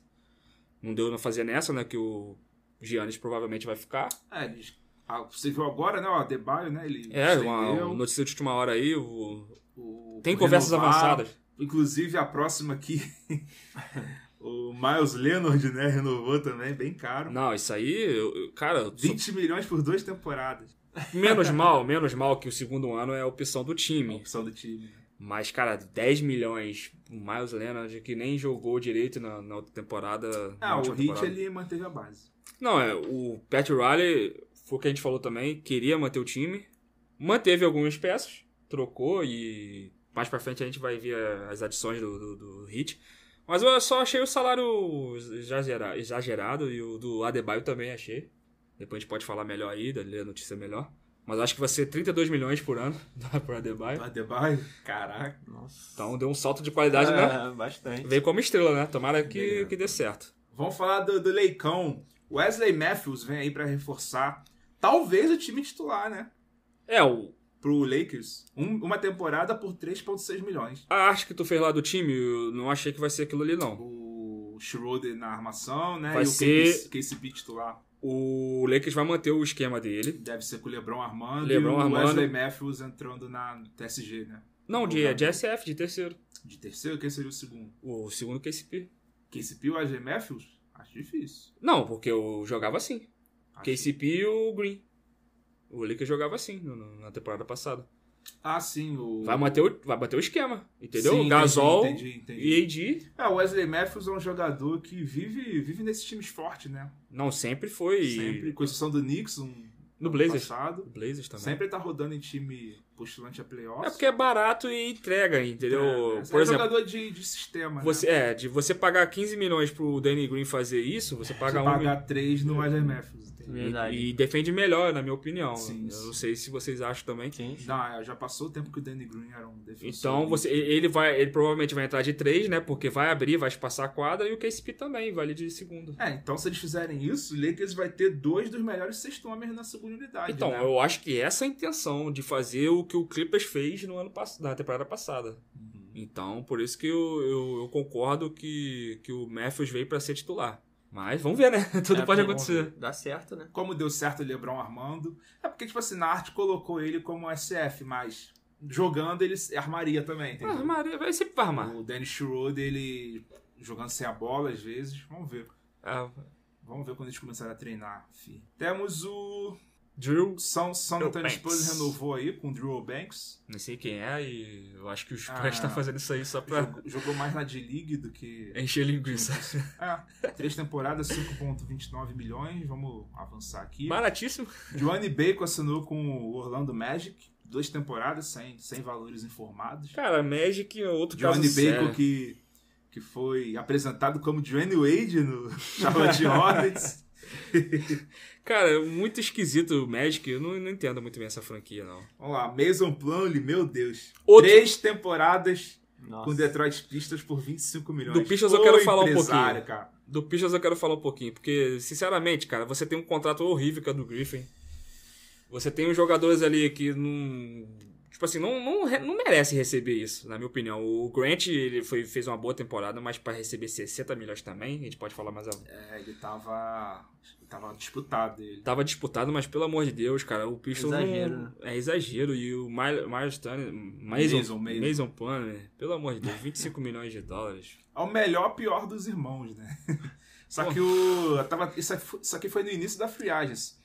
S2: não deu não fazer nessa, né? Que o Giannis provavelmente vai ficar.
S1: É, eles- ah, você viu agora, né? O Debaio, né? Ele
S2: É, uma,
S1: estendeu.
S2: uma notícia de última hora aí. o-
S1: O-
S2: tem
S1: o
S2: conversas
S1: renovar.
S2: avançadas.
S1: Inclusive a próxima aqui. [laughs] o Miles Leonard, né? Renovou também, bem caro.
S2: Não, isso aí, eu- eu- cara, eu sou-
S1: 20 milhões por duas temporadas.
S2: menos [laughs] mal, menos mal que o segundo ano é a opção do
S1: A
S2: time.
S1: opção do time.
S2: Mas, cara, 10 milhões, o Miles Leonard, que nem jogou direito na, na outra temporada. na
S1: Ah, o
S2: última
S1: Heat
S2: temporada.
S1: ele manteve a base.
S2: Não, é, o Pat Riley, foi o que a gente falou também, queria manter o time, manteve algumas peças, trocou e mais pra frente a gente vai ver as adições do, do, do Hit. Mas eu só achei o salário exagera- exagerado e o do Adebayo também achei. Depois a gente pode falar melhor aí, ler a notícia melhor. Mas acho que vai ser 32 milhões por ano [laughs] pro Adebayo.
S1: O Debaio, caraca.
S3: Nossa.
S2: Então deu um salto de qualidade, né?
S3: É, Bastante.
S2: Veio como estrela, né? Tomara que, que dê certo.
S1: Vamos falar do, do Leicão. Wesley Matthews vem aí pra reforçar. Talvez o time titular, né?
S2: É, o,
S1: Pro Lakers. Um- uma temporada por 3,6 milhões.
S2: A arte que tu fez lá do time, eu não achei que vai ser aquilo ali, não.
S1: O Schroeder na armação, né?
S2: Vai
S1: e
S2: ser-
S1: o KCP titular.
S2: O Lakers vai manter o esquema dele.
S1: Deve ser com o LeBron armando.
S2: LeBron
S1: e o
S2: armando.
S1: Wesley Matthews entrando na TSG, né?
S2: Não, de,
S1: Não,
S2: de
S1: não.
S2: SF, de terceiro.
S1: De terceiro, quem seria o segundo?
S2: O segundo KCP.
S1: KCP ou Wesley Matthews? Acho difícil.
S2: Não, porque eu jogava assim.
S1: Acho-
S2: KCP e o Green. O Lakers jogava assim no- no- na temporada passada.
S1: Ah, sim, o.
S2: Vai bater o, vai bater o esquema, entendeu?
S1: Sim, entendi,
S2: Gasol
S1: Entendi, entendi.
S2: e AD,
S1: É, o Wesley Matthews é um jogador que vive, vive nesses times fortes, né?
S2: não, sempre foi
S1: Sempre, com exceção do Knicks, um
S2: no Blazers.
S1: passado.
S2: No Blazers também.
S1: Sempre tá rodando em time postulante a playoffs.
S2: É porque é barato e entrega, entendeu?
S1: É,
S2: Por
S1: é
S2: exemplo,
S1: jogador de, de sistema, né?
S2: você, é, de você pagar 15 milhões pro Danny Green fazer isso, você
S1: né?
S2: paga
S1: Você
S2: um
S1: pagar três no Wesley Matthews. entendeu?
S4: Verdade.
S2: E, e defende melhor, na minha opinião.
S1: Sim,
S2: Eu
S1: sim.
S2: não sei se vocês acham também.
S4: Sim.
S1: Não, já passou o tempo que o Danny Green era um defensor.
S2: Então você, ele vai, ele provavelmente vai entrar de 3, né? Porque vai abrir, vai espaçar a quadra e o KCP também, vale de segundo.
S1: É, então se eles fizerem isso, o Lakers vai ter dois dos melhores sexto homens na segunda unidade.
S2: Então,
S1: né?
S2: eu acho que essa é a intenção de fazer o que o Clippers fez no ano pass- na temporada passada.
S1: Uhum.
S2: Então, por isso que eu, eu- eu concordo que, que o Matthews veio pra ser titular. Mas vamos ver, né? [laughs] Tudo
S4: É,
S2: pode
S4: bom,
S2: acontecer.
S4: Dá certo, né?
S1: Como deu certo o LeBron armando. É porque, tipo assim, na arte colocou ele como SF, mas jogando ele armaria também,
S2: Ah,
S1: entendeu?
S2: armaria, vai sempre vai armar.
S1: O Danny Schroeder, ele jogando sem a bola às vezes. Vamos ver.
S2: Ah,
S1: Vamos ver quando eles começarem a treinar, fi. Temos o
S2: Drew,
S1: São, São
S2: Drew
S1: Antonio
S2: Banks.
S1: Spurs renovou aí com o Drew Banks.
S2: não sei quem é e eu acho que os
S1: Ah.
S2: caras estão fazendo isso aí só pra
S1: Jogou, jogou mais na D-League do que...
S2: encher linguiça.
S1: É, três temporadas, 5.29 milhões. Vamos avançar aqui.
S2: [laughs] Baratíssimo.
S1: Johnny Bacon assinou com o Orlando Magic. Duas temporadas, sem, sem valores informados.
S2: Cara, Magic é outro
S1: Johnny
S2: caso sério.
S1: Bacon que, que foi apresentado como Johnny Wade no [laughs]
S2: [laughs]
S1: Charlotte Hornets.
S2: Cara, é muito esquisito o Magic. Eu não, não entendo muito bem essa franquia, não.
S1: Vamos lá, Mason Plumlee, meu Deus.
S2: Outro-
S1: Três temporadas com
S4: Nossa.
S1: Detroit Pistons por 25 milhões.
S2: Do Pistons eu
S1: Ô,
S2: quero falar um
S1: empresário,
S2: pouquinho.
S1: Cara.
S2: Do Pistons eu quero falar um pouquinho, porque, sinceramente, cara, você tem um contrato horrível que é do Griffin. Você tem os jogadores ali que não. Tipo assim, não, não, re- não merece receber isso, na minha opinião. O Grant ele foi, fez uma boa temporada, mas pra receber 60 milhões também, a gente pode falar mais a
S1: É, ele tava, tava disputado. Ele.
S2: Tava disputado, mas pelo amor de Deus, cara, o Pistons
S4: Exagero,
S2: não-
S4: né?
S2: é exagero. E o Miles Miles Turner, Mason,
S1: Mason,
S2: Mason,
S1: Mason.
S2: Plumlee, pelo amor de Deus, 25 [laughs] milhões de dólares.
S1: É o melhor pior dos irmãos, né? [laughs] Só que o. Tava, isso, aqui foi- isso aqui foi no início da Free Agents.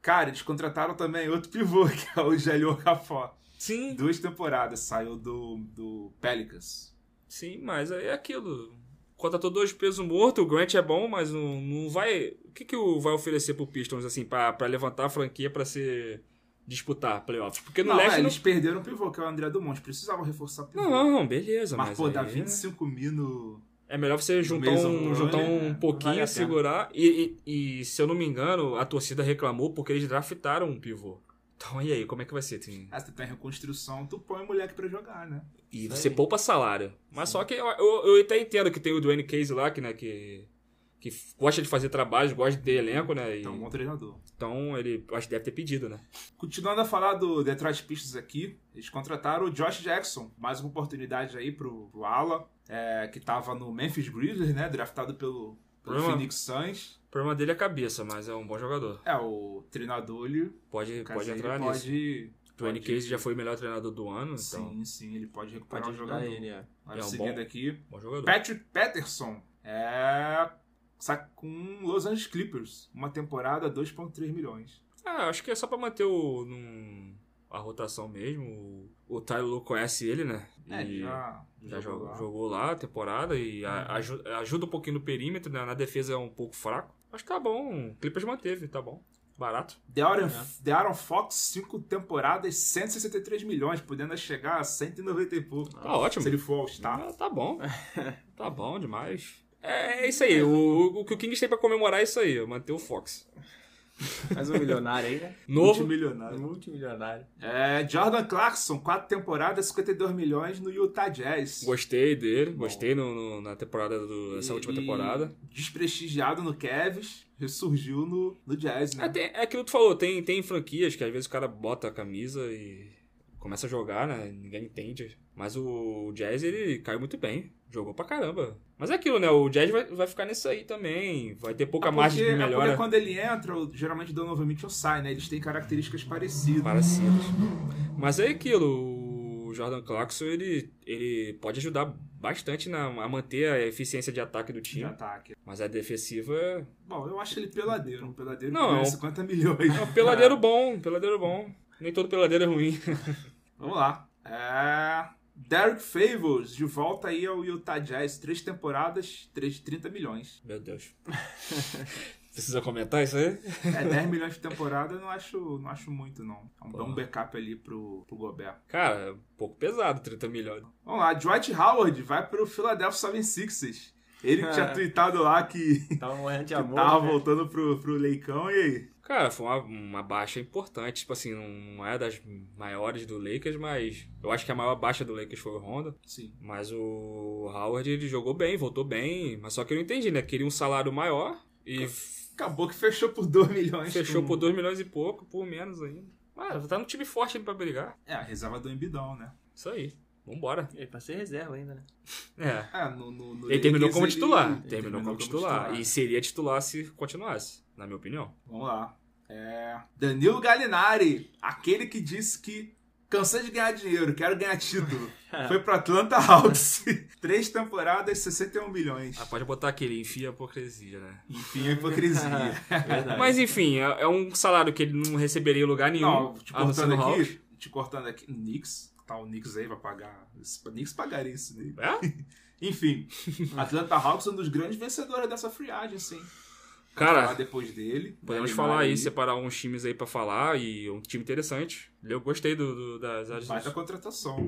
S1: Cara, eles contrataram também outro pivô, [laughs] que é o Gelio Cafó.
S2: Sim,
S1: Duas temporadas, saiu do, do Pelicans.
S2: sim, mas é aquilo. Contratou dois pesos morto, o Grant é bom, mas não, não vai. O que, que o vai oferecer pro Pistons, assim, pra, pra levantar a franquia pra ser. disputar playoffs? Porque no
S1: Não, é,
S2: leste não.
S1: eles perderam o pivô, que é o André Dumont. Precisavam reforçar o pivô.
S2: Não, beleza, mas.
S1: Mas, pô, né? dá
S2: aí-
S1: 25 mil no.
S2: É melhor você juntar
S1: Mason
S2: um,
S1: Plumlee,
S2: juntar
S1: né?
S2: um pouquinho,
S4: Vale a pena.
S2: segurar. E, e- e, se eu não me engano, a torcida reclamou porque eles draftaram um pivô. Então e aí, como é que vai ser? Tem-
S1: Ah, você tá em reconstrução, tu põe o moleque pra jogar, né?
S2: E
S4: Isso
S2: você
S4: aí.
S2: poupa salário. Mas só que eu, eu, eu até entendo que tem o Dwayne Case lá, que, né, que, que gosta de fazer trabalhos, gosta de ter elenco, né? e-
S1: Então, um bom treinador.
S2: então ele acho que deve ter pedido, né?
S1: Continuando a falar do Detroit Pistons aqui, eles contrataram o Josh Jackson, mais uma oportunidade aí pro, pro Ala, é, que tava no Memphis Grizzlies, né? Draftado pelo, pelo
S2: Problema.
S1: Phoenix Suns.
S2: O problema dele é a cabeça, mas é um bom jogador.
S1: É, o treinador, ele,
S2: Pode,
S1: o caso
S2: pode
S1: ele
S2: entrar nisso.
S1: pode,
S2: Dwayne
S1: pode-
S2: Case já foi o melhor treinador do ano, então
S1: Sim, sim, ele pode recuperar
S4: Pode
S1: o jogador.
S4: ajudar ele, é.
S1: Agora,
S2: É um
S1: seguindo
S2: bom-
S1: aqui,
S2: bom jogador.
S1: Patrick Patterson é sa- com Los Angeles Clippers, uma temporada 2.3 milhões.
S2: Ah, acho que é só pra manter o, num- a rotação mesmo. O, o Tyler conhece ele, né?
S1: É,
S2: E
S1: ele já, jogou
S2: já jogou,
S1: lá. Uhum.
S2: jogou lá a temporada e a- aju- ajuda, um pouquinho no perímetro, né? Na defesa é um pouco fraco. Acho que tá bom. O Clippers manteve, tá bom. Barato.
S1: De'Aaron, De'Aaron Fox, cinco temporadas, 163 milhões, podendo chegar a 190 e pouco.
S2: Tá ótimo.
S1: Se ele for All-Star.
S2: Ah,
S1: [laughs]
S2: tá bom. tá bom demais. É, é isso aí. O, o que o Kings tem pra comemorar é isso aí. Manter o Fox.
S4: Mais um milionário aí, né? [laughs]
S2: Novo.
S1: Multimilionário.
S4: Multimilionário.
S1: É, Jordan Clarkson, quatro temporadas, 52 milhões no Utah Jazz.
S2: Gostei dele. Gostei no, no- na temporada do, essa
S1: E-
S2: última
S1: e
S2: temporada.
S1: Desprestigiado no Cavs, ressurgiu no, no Jazz,
S2: É,
S1: né?
S2: tem- é aquilo que tu falou, tem, tem franquias que às vezes o cara bota a camisa e começa a jogar, né? Ninguém entende. Mas o Jazz, ele caiu muito bem. Jogou pra caramba. Mas é aquilo, né? O Jazz vai, vai ficar nisso aí também. Vai ter pouca
S1: É porque-
S2: margem de
S1: é
S2: melhora.
S1: porque quando ele entra, o- geralmente o Donovan Mitchell sai, né? Eles têm características parecidas.
S2: Parecidas. Mas é aquilo, o Jordan Clarkson, ele, ele pode ajudar bastante na, a manter a eficiência de ataque do
S1: De
S2: time.
S1: ataque.
S2: Mas a defensiva
S1: Bom, eu acho ele peladeiro. Um peladeiro
S2: Não,
S1: que ganha
S2: é um-
S1: 50 milhões.
S2: é um peladeiro bom, um peladeiro bom. Nem todo peladeiro é ruim.
S1: Vamos lá. É... Derek Favors, de volta aí ao Utah Jazz. Três temporadas, 3 de 30 milhões.
S2: Meu Deus. [laughs] Precisa comentar isso aí?
S1: É,
S2: [laughs]
S1: 10 milhões de temporada eu não acho, não acho muito, não. É um- Dá um
S2: Porra.
S1: backup ali pro, pro Gobert.
S2: Cara, é um pouco pesado, 30 milhões.
S1: Vamos lá, Dwight Howard vai pro Philadelphia 76ers. Ele que
S2: [laughs]
S1: tinha
S4: É.
S1: tweetado lá que, que
S4: Tava Tá um morrendo de amor.
S1: tava
S4: né?
S1: voltando pro, pro Leicão e aí?
S2: Cara, foi uma, uma baixa importante. Tipo assim, não é das maiores do Lakers, mas eu acho que a maior baixa do Lakers foi o Honda.
S1: Sim.
S2: Mas o Howard, ele jogou bem, voltou bem. Mas só que eu não entendi, né? Queria um salário maior e f-
S1: Acabou que fechou por 2 milhões.
S2: fechou
S1: com-
S2: por 2 milhões e pouco, por menos ainda. Mas tá num time forte ali pra brigar.
S1: É, a reserva do Embidão, né?
S2: Isso aí. Vambora.
S4: Ele é pra ser reserva ainda, né?
S2: É.
S1: É, no, no- no
S2: Ele terminou
S1: Lakers
S2: como
S1: ele-
S2: titular.
S1: ele
S2: Terminou, como titular. E seria titular se continuasse, na minha opinião.
S1: Vamos lá. É, Danilo Gallinari, aquele que disse que cansei de ganhar dinheiro, quero ganhar
S2: [laughs]
S1: título.
S2: É.
S1: Foi pro Atlanta Hawks. [laughs] Três temporadas, 61 milhões.
S2: Ah, pode botar aquele, enfia a hipocrisia, né?
S1: Enfim, a hipocrisia.
S4: [laughs] Verdade.
S2: Mas enfim, é é um salário que ele não receberia [laughs] em um lugar nenhum.
S1: Não, te
S2: a não ser
S1: cortando
S2: no Hawks.
S1: aqui, te cortando aqui, Knicks, tá, o Knicks aí vai pagar, o Knicks pagaria isso, né?
S2: É?
S1: [laughs] Enfim, Atlanta Hawks é um dos grandes vencedores dessa free agent, sim. Lá
S2: Cara,
S1: depois dele.
S2: É. podemos
S1: Gallinari
S2: falar é aí,
S1: aí,
S2: separar uns times aí pra falar e um time interessante. Eu gostei do, do- das áreas.
S1: Baita contratação.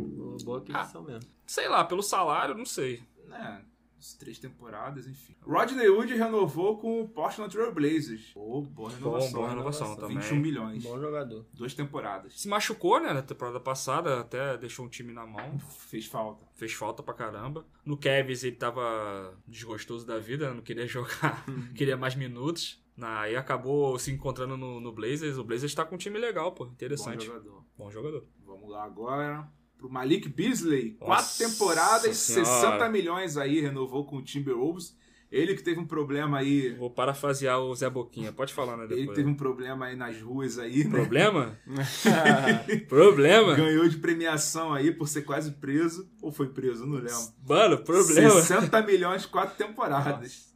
S4: Boa aquisição
S2: [laughs]
S4: mesmo.
S2: Sei lá, pelo salário, não sei.
S1: né? as Três temporadas, enfim. Rodney Wood renovou com o Portland Trail Blazers. Pô, boa renovação.
S2: Bom, boa renovação né,
S4: renovação.
S2: também.
S1: 21 milhões.
S4: Bom jogador.
S1: Duas temporadas.
S2: Se machucou, né, na temporada passada, até deixou um time na mão.
S1: Fez falta.
S2: Fez falta pra caramba. No Kevs ele tava desgostoso da vida, não queria [laughs] jogar,
S1: Uhum.
S2: queria mais minutos. Na- Aí acabou se encontrando no, no Blazers. O Blazers tá com um time legal, pô. Interessante.
S1: Bom jogador.
S2: Bom jogador.
S1: Vamos lá agora. Pro Malik Beasley.
S2: Nossa
S1: Quatro temporadas,
S2: Senhora.
S1: 60 milhões aí. Renovou com o Timberwolves. Ele que teve um problema aí.
S2: Vou parafrasear o Zé Boquinha. Pode falar, né,
S1: Ele que
S2: depois.
S1: teve um problema aí nas ruas aí, né?
S4: um
S2: Problema? Problema?
S1: Ganhou de premiação aí por ser quase preso. Ou foi preso, não lembro.
S2: Mano, problema.
S1: 60 milhões, quatro temporadas.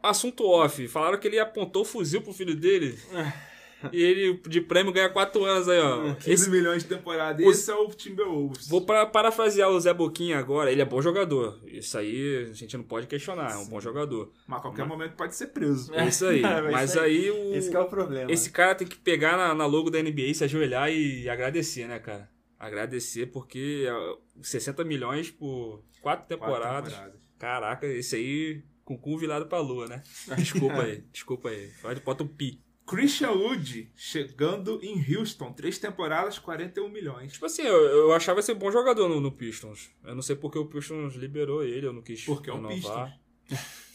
S2: Assunto off. Falaram que ele apontou o fuzil pro filho dele.
S4: É.
S2: e ele, de prêmio, ganha 4 anos aí, ó.
S1: 15
S2: Esse,
S1: milhões de temporada.
S2: Os-
S1: Esse é o Timberwolves.
S2: vou para- parafrasear o Zé Boquinha agora. Ele é bom jogador. Isso aí a gente não pode questionar. É um bom jogador.
S1: Mas a qualquer momento pode ser preso.
S2: É isso aí.
S4: [laughs] É, mas
S2: Mas
S4: isso
S2: aí o.
S4: [laughs] Esse que é o problema.
S2: Esse cara tem que pegar na, na logo da NBA, se ajoelhar e agradecer, né, cara? Agradecer porque ah, 60 milhões por quatro
S1: Quatro
S2: temporadas. Caraca, esse aí com o cu virado pra lua, né? Desculpa
S1: [laughs]
S2: aí, desculpa aí. Pode, bota um pi.
S1: Christian Wood chegando em Houston. Três temporadas, 41 milhões.
S2: Tipo assim, eu, eu achava esse um bom jogador no, no Pistons. Eu não sei porque o Pistons liberou ele, eu não quis
S1: Porque é um
S2: renovar.
S1: Pistons.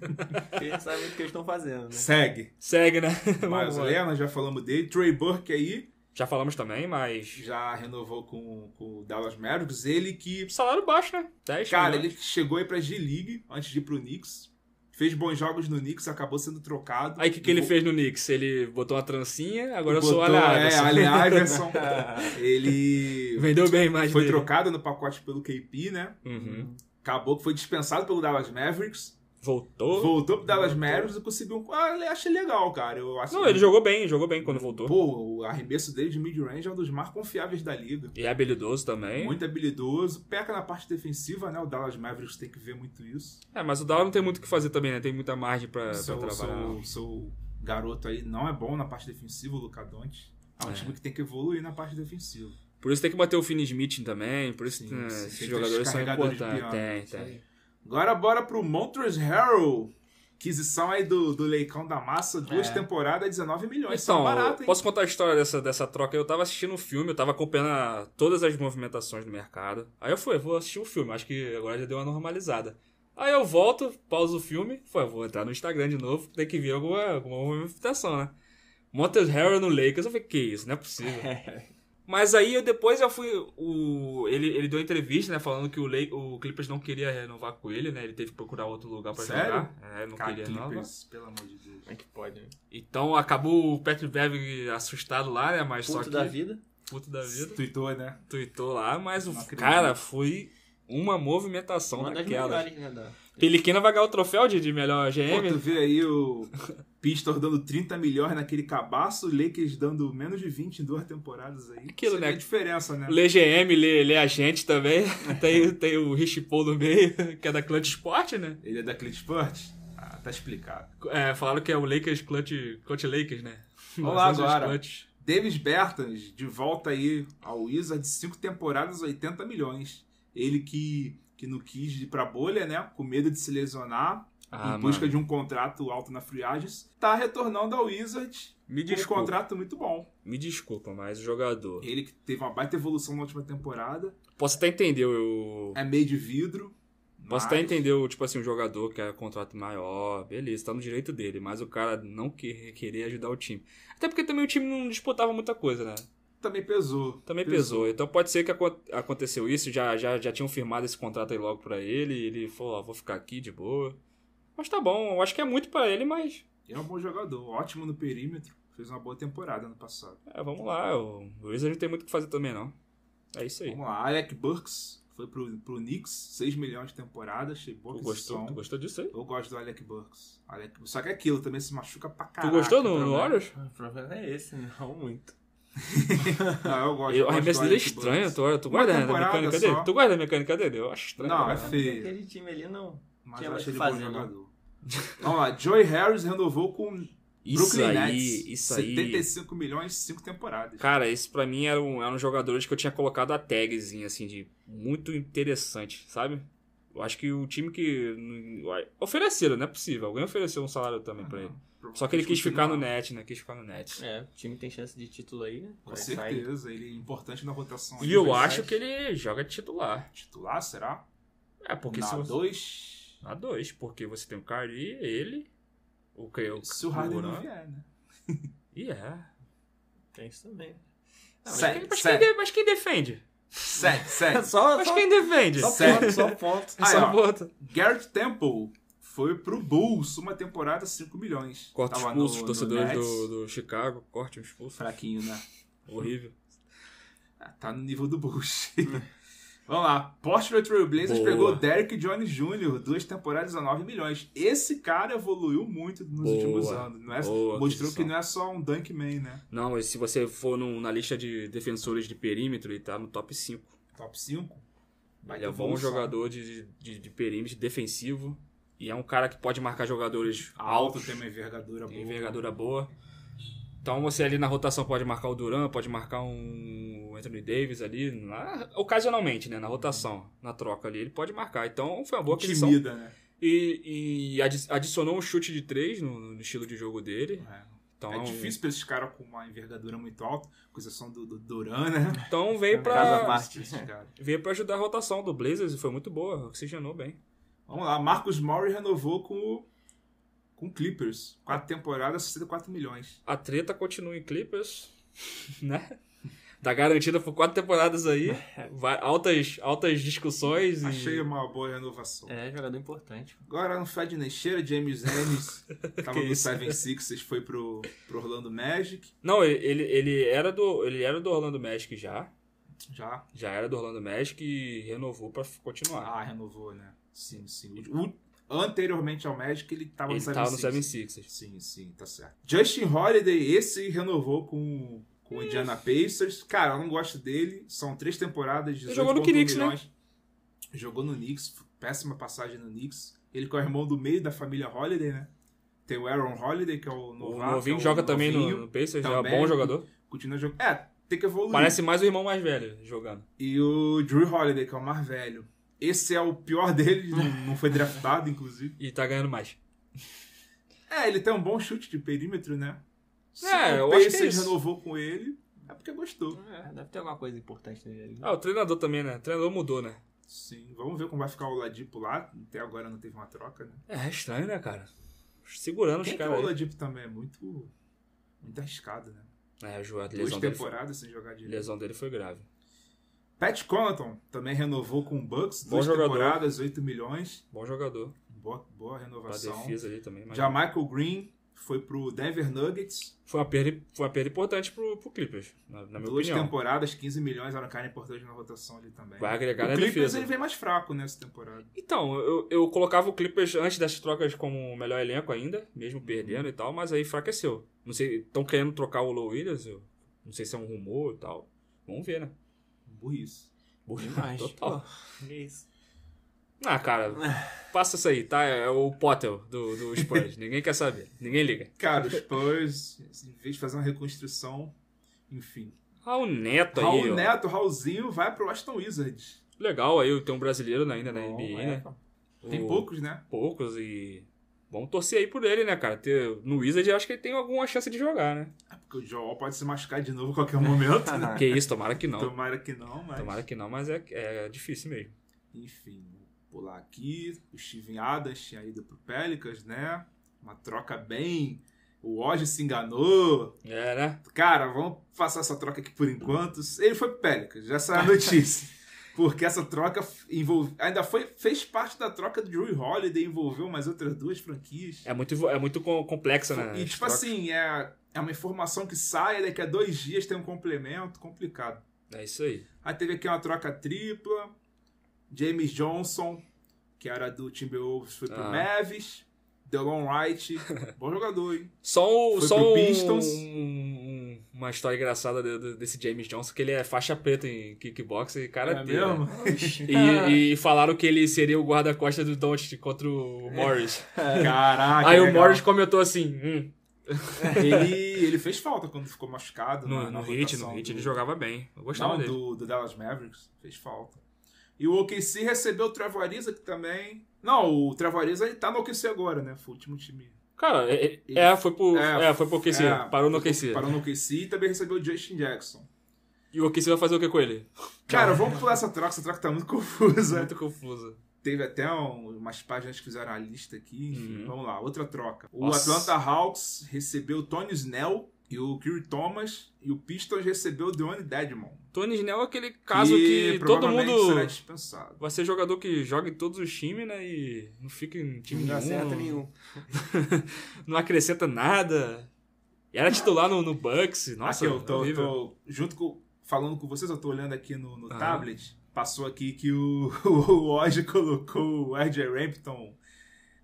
S4: né? Ele sabe muito o que eles estão fazendo,
S1: [laughs]
S4: né?
S1: Segue.
S2: Segue, né?
S1: Miles
S2: [laughs] Vamos lá.
S1: Leonard, já falamos dele. Trey Burke aí,
S2: Já falamos também, mas...
S1: já renovou com, com o Dallas Mavericks. Ele que...
S2: Salário baixo, né? 10
S1: Cara,
S2: milhões.
S1: ele chegou aí pra G-League antes de ir pro Knicks. Fez bons jogos no Knicks, acabou sendo trocado.
S2: Aí o que, que ele fez no Knicks? Ele botou uma trancinha, agora eu sou
S1: Botou-
S2: o
S1: É,
S2: Alea Iverson.
S1: Ali Iverson. um- ele
S2: [laughs] Vendeu bem mais
S1: foi
S2: dele.
S1: trocado no pacote pelo KP, né?
S2: Uhum.
S1: Acabou que foi dispensado pelo Dallas Mavericks.
S2: Voltou.
S1: Voltou pro Dallas Mavericks e conseguiu um. Ah, eu achei legal, cara. Eu acho
S2: Não, ele jogou bem, jogou bem quando voltou.
S1: Pô, o arremesso dele de mid-range é um dos mais confiáveis da liga.
S2: E é habilidoso também.
S1: Muito habilidoso. Peca na parte defensiva, né? O Dallas Mavericks tem que ver muito isso.
S2: É, mas o Dallas não tem muito o que fazer também, né? Tem muita margem pra, pra
S1: seu,
S2: trabalhar.
S1: seu, seu garoto aí não é bom na parte defensiva, o Luca Doncic. É um
S2: É.
S1: time que tem que evoluir na parte defensiva.
S2: Por isso tem que bater o Finney Smith também, por isso
S1: Sim,
S2: né,
S1: sim,
S2: esses
S1: tem que ter
S2: jogadores
S1: esses
S2: são
S1: carregadores
S2: importantes.
S1: de piano,
S2: Tem,
S1: isso
S2: tem.
S1: Agora bora pro Montrezl Harrell. Aquisição aí do, do Leicão da Massa. Duas
S4: É.
S1: temporadas, 19 milhões.
S2: Então,
S1: tá barato, hein?
S2: posso contar a história dessa, dessa troca? Eu tava assistindo um filme, eu tava acompanhando a- todas as movimentações do mercado. Aí eu fui, vou assistir o filme, acho que agora já deu uma normalizada. Aí eu volto, pauso o filme, falei, vou entrar no Instagram de novo, tem que ver alguma, alguma movimentação, né? Montes Harrell no Lakers, eu falei, que isso, não é possível. Mas aí eu depois eu fui. O, ele, ele deu entrevista, né? Falando que o, Lake, o Clippers não queria renovar com ele, né? Ele teve que procurar outro lugar pra
S1: Sério?
S2: jogar. É, não
S1: Cara,
S2: queria renovar.
S1: Clippers, pelo amor de Deus.
S4: Como é que pode, né?
S2: Então acabou o Patrick Beverly assustado lá, né? Mas só
S4: Puto
S2: que.
S4: da vida.
S2: Puto da vida.
S1: Tuitou, né?
S2: Tuitou lá, mas o
S1: Não acredito.
S2: cara foi uma movimentação
S4: Uma das
S2: daquela.
S4: melhores, né? da-
S2: É, Peliquina vai ganhar o troféu de, de melhor
S1: Pô, tu
S2: GM.
S1: vê aí o Pistons dando 30 milhões naquele cabaço, Lakers dando menos de 20 em duas temporadas aí.
S2: Aquilo,
S1: Você vê
S2: né?
S1: a diferença, né?
S2: Lê GM, lê, lê a gente também. [laughs] tem, tem o Rich Paul no meio, [laughs] que é da Clutch Sport, né?
S1: Ele é da Clint Sport? Ah, tá explicado.
S2: É, falaram que é o Lakers Clutch, Clutch Lakers, né?
S1: Vamos lá
S2: Los Angeles
S1: agora.
S2: Clutch.
S1: Davis Bertans, de volta aí ao Wizards, cinco temporadas, 80 milhões. Ele que, que não quis ir pra bolha, né? Com medo de se lesionar,
S2: Ah,
S1: em busca
S2: mano.
S1: de um contrato alto na Free Agents. Tá retornando ao Wizards
S2: Me
S1: com um
S2: desculpa,
S1: contrato muito bom.
S2: me desculpa, mas o jogador.
S1: Ele que teve uma baita evolução na última temporada.
S2: Posso até entender o.
S1: É meio de vidro. mas-
S2: Posso até entender o, tipo assim, o jogador que é contrato maior, beleza, tá no direito dele, mas o cara não que, querer ajudar o time. Até porque também o time não disputava muita coisa, né?
S1: Também pesou.
S2: Também pesou. Então pode ser que aco- aconteceu isso, já, já, já tinham firmado esse contrato aí logo pra ele, e ele falou, ó, vou ficar aqui de boa. Mas tá bom, eu acho que é muito pra ele, mas
S1: É um bom jogador, ótimo no perímetro. Fez uma boa temporada ano passado.
S2: é, vamos lá, o o Wizard não tem muito o que fazer também não. É isso aí.
S1: Vamos lá, Alec Burks foi pro, pro Knicks, 6 milhões de temporada, achei boa
S2: Tu gostou,
S1: aquisição.
S2: tu gostou disso aí?
S1: Eu gosto do Alec Burks. Alec... Só que é aquilo também se machuca pra
S2: Tu
S1: caralho.
S2: gostou no, no
S1: Warriors?
S2: Warriors?
S4: O problema é esse, [laughs] não muito.
S1: Não, eu gosto.
S2: Eu-
S1: eu
S2: O
S1: gosto
S2: arremesso
S1: do
S2: dele é
S1: Alec
S2: estranho,
S1: Burks.
S2: tu, tu
S1: Uma
S2: guarda a
S1: temporada
S2: mecânica
S1: só.
S2: dele? Tu guarda a mecânica dele? Eu acho estranho. né?
S1: Não,
S2: pra
S1: é
S2: caralho.
S1: feio.
S4: Aquele time ali não.
S1: Mas
S4: Tinha
S1: eu
S4: mais
S1: achei ele
S4: o que
S1: bom
S4: fazer, né?
S1: jogador. [laughs] Vamos lá, Joey Harris renovou com
S2: Isso
S1: Brooklyn
S2: aí,
S1: Nets.
S2: isso aí.
S1: 75 milhões, 5 temporadas.
S2: Cara, esse pra mim era um, era um jogadores que eu tinha colocado a tagzinha, assim, de muito interessante, sabe? Eu acho que o time que. Ofereceram, não é possível. Alguém ofereceu um salário também
S1: Ah,
S2: pra ele. Só que ele quis ficar no net, né? Quis ficar no net.
S4: É, o time tem chance de título aí, né?
S1: Com
S4: Vai sair.
S1: certeza, ele é importante na rotação.
S2: E eu
S1: Vai
S2: acho
S1: sair
S2: que ele joga de titular.
S1: Titular, será?
S2: É, porque
S1: na
S2: se você.
S1: dois.
S2: Na 2, porque você tem o Kyrie, ele. O que o
S1: Se o Harden
S2: Duran.
S1: não vier, né?
S2: E é.
S4: Tem isso também.
S2: Não, mas
S1: Sério,
S2: quem- mas, quem
S1: sério.
S2: de- mas quem defende?
S1: [laughs] Sete, sete.
S4: só,
S2: Mas quem defende?
S4: só,
S1: Sério.
S4: ponto, só ponto.
S1: Aí,
S2: Só um
S1: ó.
S2: bota.
S1: Garrett Temple foi pro Bulls, uma temporada 5 milhões.
S2: Corta
S1: Tava
S2: expulso os
S1: no-
S2: torcedores
S1: no Nets.
S2: do, do Chicago, corte um expulso.
S1: Fraquinho, né?
S2: Horrível.
S1: Ah, Tá no nível do Bulls. [laughs] Vamos lá. Portland Trail Blazers
S2: É. Boa.
S1: pegou Derrick Jones Jr., duas temporadas a 9 milhões. Esse cara evoluiu muito nos
S2: Boa.
S1: últimos anos. Não é-
S2: Boa
S1: mostrou
S2: aquisição.
S1: que não é só um Dunkman, né?
S2: Não, mas se você for num- na lista de defensores de perímetro, ele tá no top 5.
S1: Top 5. Vai
S2: Ele é
S1: ter
S2: bom
S1: evolução.
S2: jogador de, de, de perímetro, defensivo. E é um cara que pode marcar jogadores
S1: Alto,
S2: altos,
S1: tem uma envergadura
S2: tem
S1: boa.
S2: envergadura boa. Então você ali na rotação pode marcar o Duran, pode marcar um Anthony Davis ali, na- ocasionalmente, né? Na rotação, na troca ali, ele pode marcar. Então foi uma boa aquisição.
S1: Intimida, né?
S2: E, e adi- adicionou um chute de três no, no estilo de jogo dele.
S1: É.
S2: Então,
S1: É difícil pra esses caras com uma envergadura muito alta, com exceção do, do Duran,
S2: [laughs]
S1: né?
S2: Então veio
S4: Caso à
S2: pra,
S4: parte.
S1: Esses caras.
S2: veio pra ajudar a rotação do Blazers e foi muito boa, oxigenou bem.
S1: Vamos lá, Marcus Murray renovou com o com o Clippers. Quatro temporadas, 64 milhões.
S2: A treta continua em Clippers, [laughs] né? Tá garantida por quatro temporadas aí. Vai- altas, altas discussões. e-
S1: Achei uma boa renovação.
S4: É, jogador importante.
S1: Agora não fede nem cheira, James
S2: [laughs]
S1: Ennis. tava
S2: Que
S1: no
S2: isso?
S1: Seven Sixers, foi pro, pro Orlando Magic.
S2: Não, ele, ele, ele era do, ele era do Orlando Magic já.
S1: Já.
S2: Já era do Orlando Magic e renovou pra f- continuar.
S1: Ah, renovou, né? Sim, sim. O- o- anteriormente ao Magic, ele tava
S2: ele
S1: tá no Seven
S2: tava no
S1: Sixers.
S2: 76ers.
S1: Sim, sim, tá certo. Justin Holiday, esse renovou com, com o Indiana Pacers. Cara, eu não gosto dele. São três temporadas de um
S2: Ele jogou no Knicks, né?
S1: milhões. Jogou no Knicks, péssima passagem no Knicks. Ele com o irmão do meio da família Holiday, né? Tem o Aaron Holiday, que é o
S2: O
S1: novato.
S2: Novinho
S1: é o
S2: joga também no,
S1: novinho.
S2: no Pacers, é
S1: Também.
S2: bom jogador.
S1: Continua jogando. É, tem que evoluir.
S2: Parece mais o irmão mais velho jogando.
S1: E o Drew Holiday, que é o mais velho. Esse é o pior dele, não, não foi draftado, inclusive.
S2: E tá ganhando mais.
S1: É, ele tem um bom chute de perímetro, né? Se
S2: É,
S1: o
S2: eu acho que é
S1: Pacers
S2: isso.
S1: renovou com ele, é porque gostou.
S4: É, deve ter alguma coisa importante nele ali.
S2: Ah, o treinador também, né? O treinador mudou, né?
S1: Sim, vamos ver como vai ficar o Ladipo lá. Até agora não teve uma troca, né?
S2: É, é estranho, né, cara? Segurando
S1: Quem
S2: os
S1: que é o
S2: caras. aí.
S1: Ladipo também? É muito, muito arriscado, né?
S2: É, o joelho, a
S1: Duas
S2: lesão dele, foi,
S1: temporadas sem jogar
S2: a
S1: direito.
S2: lesão dele foi grave.
S1: Pat Connaughton também renovou com o Bucks.
S2: Bom
S1: Duas
S2: jogador.
S1: temporadas, 8 milhões.
S2: Bom jogador.
S1: Boa, boa
S2: Pra
S1: renovação.
S2: defesa ali também. mas-
S1: Já Michael Green foi pro Denver Nuggets.
S2: Foi uma perda, foi uma perda importante pro, pro Clippers, na, na minha
S1: Duas
S2: opinião.
S1: temporadas, 15 milhões, era um cara importante na rotação ali também.
S2: Vai agregar
S1: o
S2: na
S1: Clippers
S2: defesa.
S1: ele vem mais fraco nessa temporada.
S2: Então, eu, eu colocava o Clippers antes das trocas como o melhor elenco ainda, mesmo perdendo e tal, mas aí enfraqueceu. Não sei, estão querendo trocar o Low Williams, eu não sei se é um rumor e tal. Vamos ver, né?
S1: Burrice.
S4: Demais.
S2: Total.
S4: pô. [laughs] Que isso.
S2: Ah, cara, passa isso aí, tá? É o Potter do, do Spurs. Ninguém quer saber. Ninguém liga.
S1: Cara, os Spurs, assim, em vez de fazer uma reconstrução, enfim.
S2: Raul Neto Tá aí,
S1: Raul
S2: ó.
S1: Neto, Raulzinho, vai pro Aston Wizards.
S2: Legal aí, tem um brasileiro ainda na
S4: Bom,
S2: NBA,
S4: é,
S2: né?
S4: pô.
S1: Tem
S2: O-
S1: poucos, né?
S2: Poucos e... Vamos torcer aí por ele, né, cara? Ter- No Wizard eu acho que ele tem alguma chance de jogar, né?
S1: É porque o Joel pode se machucar de novo a qualquer momento. né?
S2: Que isso, tomara que
S1: [laughs]
S2: [laughs] não.
S1: Tomara que não, mas.
S2: Tomara que não, mas é, é difícil mesmo.
S1: Enfim, vou pular aqui. O Steven Adams tinha ido pro Pelicans, né? Uma troca bem. O Oz se enganou.
S2: É, né?
S1: Cara, vamos passar essa troca aqui por enquanto. Ele foi pro Pelicans, essa é a
S2: [laughs]
S1: notícia. Porque essa troca envolve... ainda foi, fez parte da troca do Drew Holiday, envolveu mais outras duas franquias.
S2: É muito, é muito com- complexa, né?
S1: e
S2: as
S1: tipo
S2: trocas.
S1: assim, é, é uma informação que sai, daqui a dois dias tem um complemento, complicado.
S2: É isso aí.
S1: Aí teve aqui uma troca tripla. James Johnson, que era do Timberwolves, foi pro
S2: Ah.
S1: Mavis. Delon
S2: [laughs]
S1: Wright, bom jogador, hein?
S2: Só, o,
S1: Foi
S2: só
S1: pro
S2: um-
S1: Pistons.
S2: um- uma história engraçada de- de- desse James Johnson, que ele é faixa preta em kickbox
S1: É
S2: e cara E, e falaram que ele seria o guarda-costas do Doncic contra
S1: É.
S2: o Morris.
S1: Caraca.
S2: Aí o
S1: é legal.
S2: Morris comentou assim, hum, [laughs]
S1: Ele, ele fez falta quando ficou machucado.
S2: no,
S1: na-
S2: no
S1: na
S2: hit,
S1: rotação
S2: no hit
S1: do-
S2: ele jogava bem. Eu gostava
S1: tá Não,
S2: dele.
S1: do, do Dallas Mavericks. Fez falta. E o OKC recebeu o Trevor Ariza, que também. Não, o Trevor Ariza ele tá no OKC agora, né? Foi o último time.
S2: Cara, é, é, foi pro,
S1: É,
S2: é, foi pro OKC,
S1: É,
S2: parou no OKC.
S1: Parou no OKC e também recebeu o Justin Jackson.
S2: E o OKC vai fazer o que com ele?
S1: Cara, vamos pular essa troca, essa troca tá muito [laughs] confusa.
S2: Muito confuso.
S1: Teve até um- umas páginas que fizeram a lista aqui. Enfim,
S2: Uhum.
S1: vamos lá. Outra troca. O
S2: Nossa.
S1: Atlanta Hawks recebeu o Tony Snell e o Curry Thomas. E o Pistons recebeu o Deone Dedmon.
S2: Tony Snell é aquele caso que, todo
S1: provavelmente
S2: mundo
S1: será dispensado.
S2: vai ser jogador que joga em todos os times, né? E não fica em time
S3: Não dá
S2: nenhum,
S3: certo
S2: não-
S3: nenhum.
S2: não acrescenta nada. E era titular no, no Bucks. Nossa,
S1: aqui, eu tô,
S2: horrível.
S1: tô junto com, falando com vocês, eu tô olhando aqui no, no
S2: Ah.
S1: tablet. Passou aqui que o, [laughs] o Oji colocou o RJ Rampton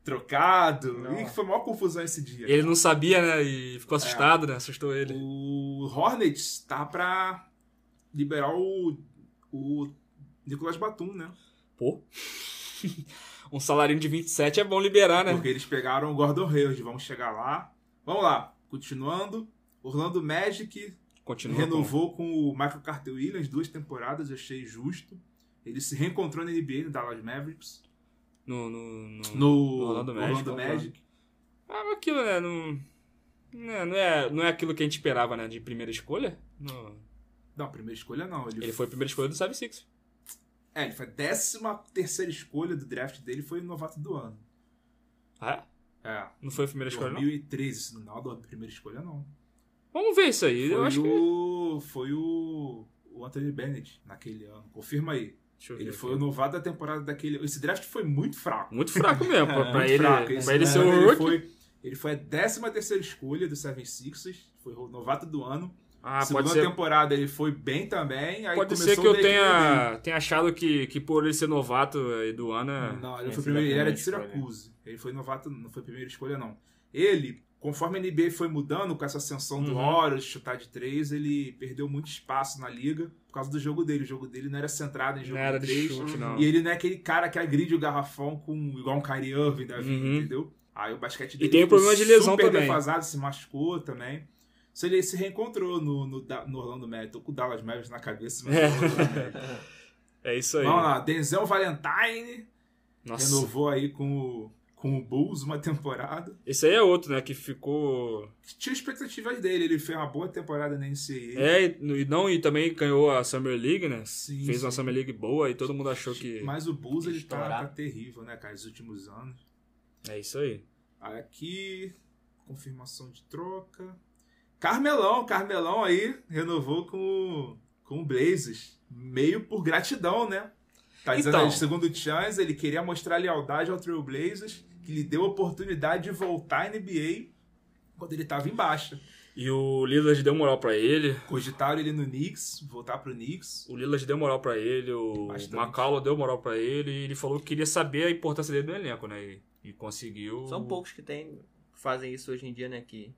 S1: trocado.
S3: Não.
S1: E foi a maior confusão esse dia.
S2: Ele não sabia, né? E
S1: É.
S2: ficou assustado, né? Assustou ele.
S1: O Hornets tá pra liberar o, o Nicolas Batum, né?
S2: Pô. [laughs] um salarinho de 27 é bom liberar, né?
S1: Porque eles pegaram o Gordon Hayward. Vamos chegar lá. Vamos lá. Continuando. Orlando Magic
S2: Continua.
S1: renovou com o Michael Carter Williams duas temporadas, eu achei justo. Ele se reencontrou na NBA, no Dallas Mavericks.
S2: com- No, no, no-
S1: No
S2: Orlando
S1: Orlando
S2: Magic,
S1: Magic.
S2: vamos lá. Ah, aquilo, né? Não, né, não, é, não é aquilo que a gente esperava, né? De primeira escolha. Não.
S1: Não, primeira escolha não. Ele,
S2: Ele foi a primeira escolha do Sabe Six.
S1: É, ele foi a décima terceira escolha do draft dele, foi o novato do ano.
S2: Ah, é?
S1: É.
S2: Não foi a primeira escolha, não?
S1: 2013, se não, não, a primeira escolha não.
S2: Vamos ver isso aí. Eu
S1: Foi
S2: acho que.
S1: o. Foi o. O Anthony Bennett naquele ano. Confirma aí.
S2: Deixa eu ver
S1: Ele
S2: aqui.
S1: foi o novato da temporada daquele. Esse draft foi muito fraco.
S2: Muito fraco né? mesmo. pra- pra,
S1: [laughs] muito
S2: ele,
S1: fraco.
S2: pra ele
S1: ano
S2: ser o rookie.
S1: foi, ele foi a 13 terceira escolha do Seven Sixers. Foi o novato do ano.
S2: Ah,
S1: Segunda
S2: pode ser.
S1: temporada ele foi bem também. Aí
S2: Pode
S1: começou
S2: ser que eu
S1: meio meio
S2: tenha, tenha achado que, que por ele ser novato aí do ano. é-
S1: dele. Não, ele
S3: Esse
S1: foi primeiro.
S3: da
S1: Ele era de
S3: primeira
S1: Syracuse. Ele foi novato, não foi primeira escolha, não. Ele, conforme a NBA foi mudando com essa ascensão do
S2: Uhum.
S1: Horus, chutar de três, ele perdeu muito espaço na liga por causa do jogo dele. O jogo dele não era centrado em jogo
S2: Não era
S1: de
S2: de
S1: três.
S2: chute, não.
S1: E ele não é aquele cara que agride o garrafão com igual um Kyrie Irving da vida,
S2: Uhum.
S1: entendeu? Aí o basquete
S2: E
S1: dele
S2: tem o
S1: ficou
S2: problema de lesão
S1: super
S2: também.
S1: defasado, se machucou também. Se ele se reencontrou no, no, Da- no Orlando Magic, tô com o Dallas Mavericks na cabeça, mas
S2: É.
S1: no Orlando
S2: [laughs]
S1: Magic.
S2: É isso aí.
S1: Vamos lá, Denzel Valentine
S2: Nossa.
S1: renovou aí com o, com o Bulls uma temporada.
S2: Esse aí é outro, né? Que ficou.
S1: Tinha expectativas dele, ele fez uma boa temporada na NCAA.
S2: É, e não, e também ganhou a Summer League, né?
S1: Sim,
S2: Fez uma
S1: sim.
S2: Summer League boa e todo mundo achou que.
S1: Mas o Bulls ele tá, tá
S4: Estourar.
S1: terrível, né, cara, nos últimos anos.
S2: É isso aí.
S1: Aí Aqui, confirmação de troca. Carmelão, Carmelão aí renovou com, o- com o Blazers. Meio por gratidão, né? Tá dizendo
S2: Então.
S1: aí, segundo o Chance, ele queria mostrar lealdade ao Trail Blazers, que lhe deu a oportunidade de voltar à NBA. quando ele tava em baixa.
S2: E o Lillard deu moral pra ele.
S1: Cogitaram ele no Knicks, voltar pro Knicks.
S2: O Lillard deu moral pra ele, o
S1: Bastante.
S2: McCallum deu moral pra ele, e ele falou que queria saber a importância dele no elenco, né? E, e conseguiu.
S4: São poucos que tem, fazem isso hoje em dia, né? Que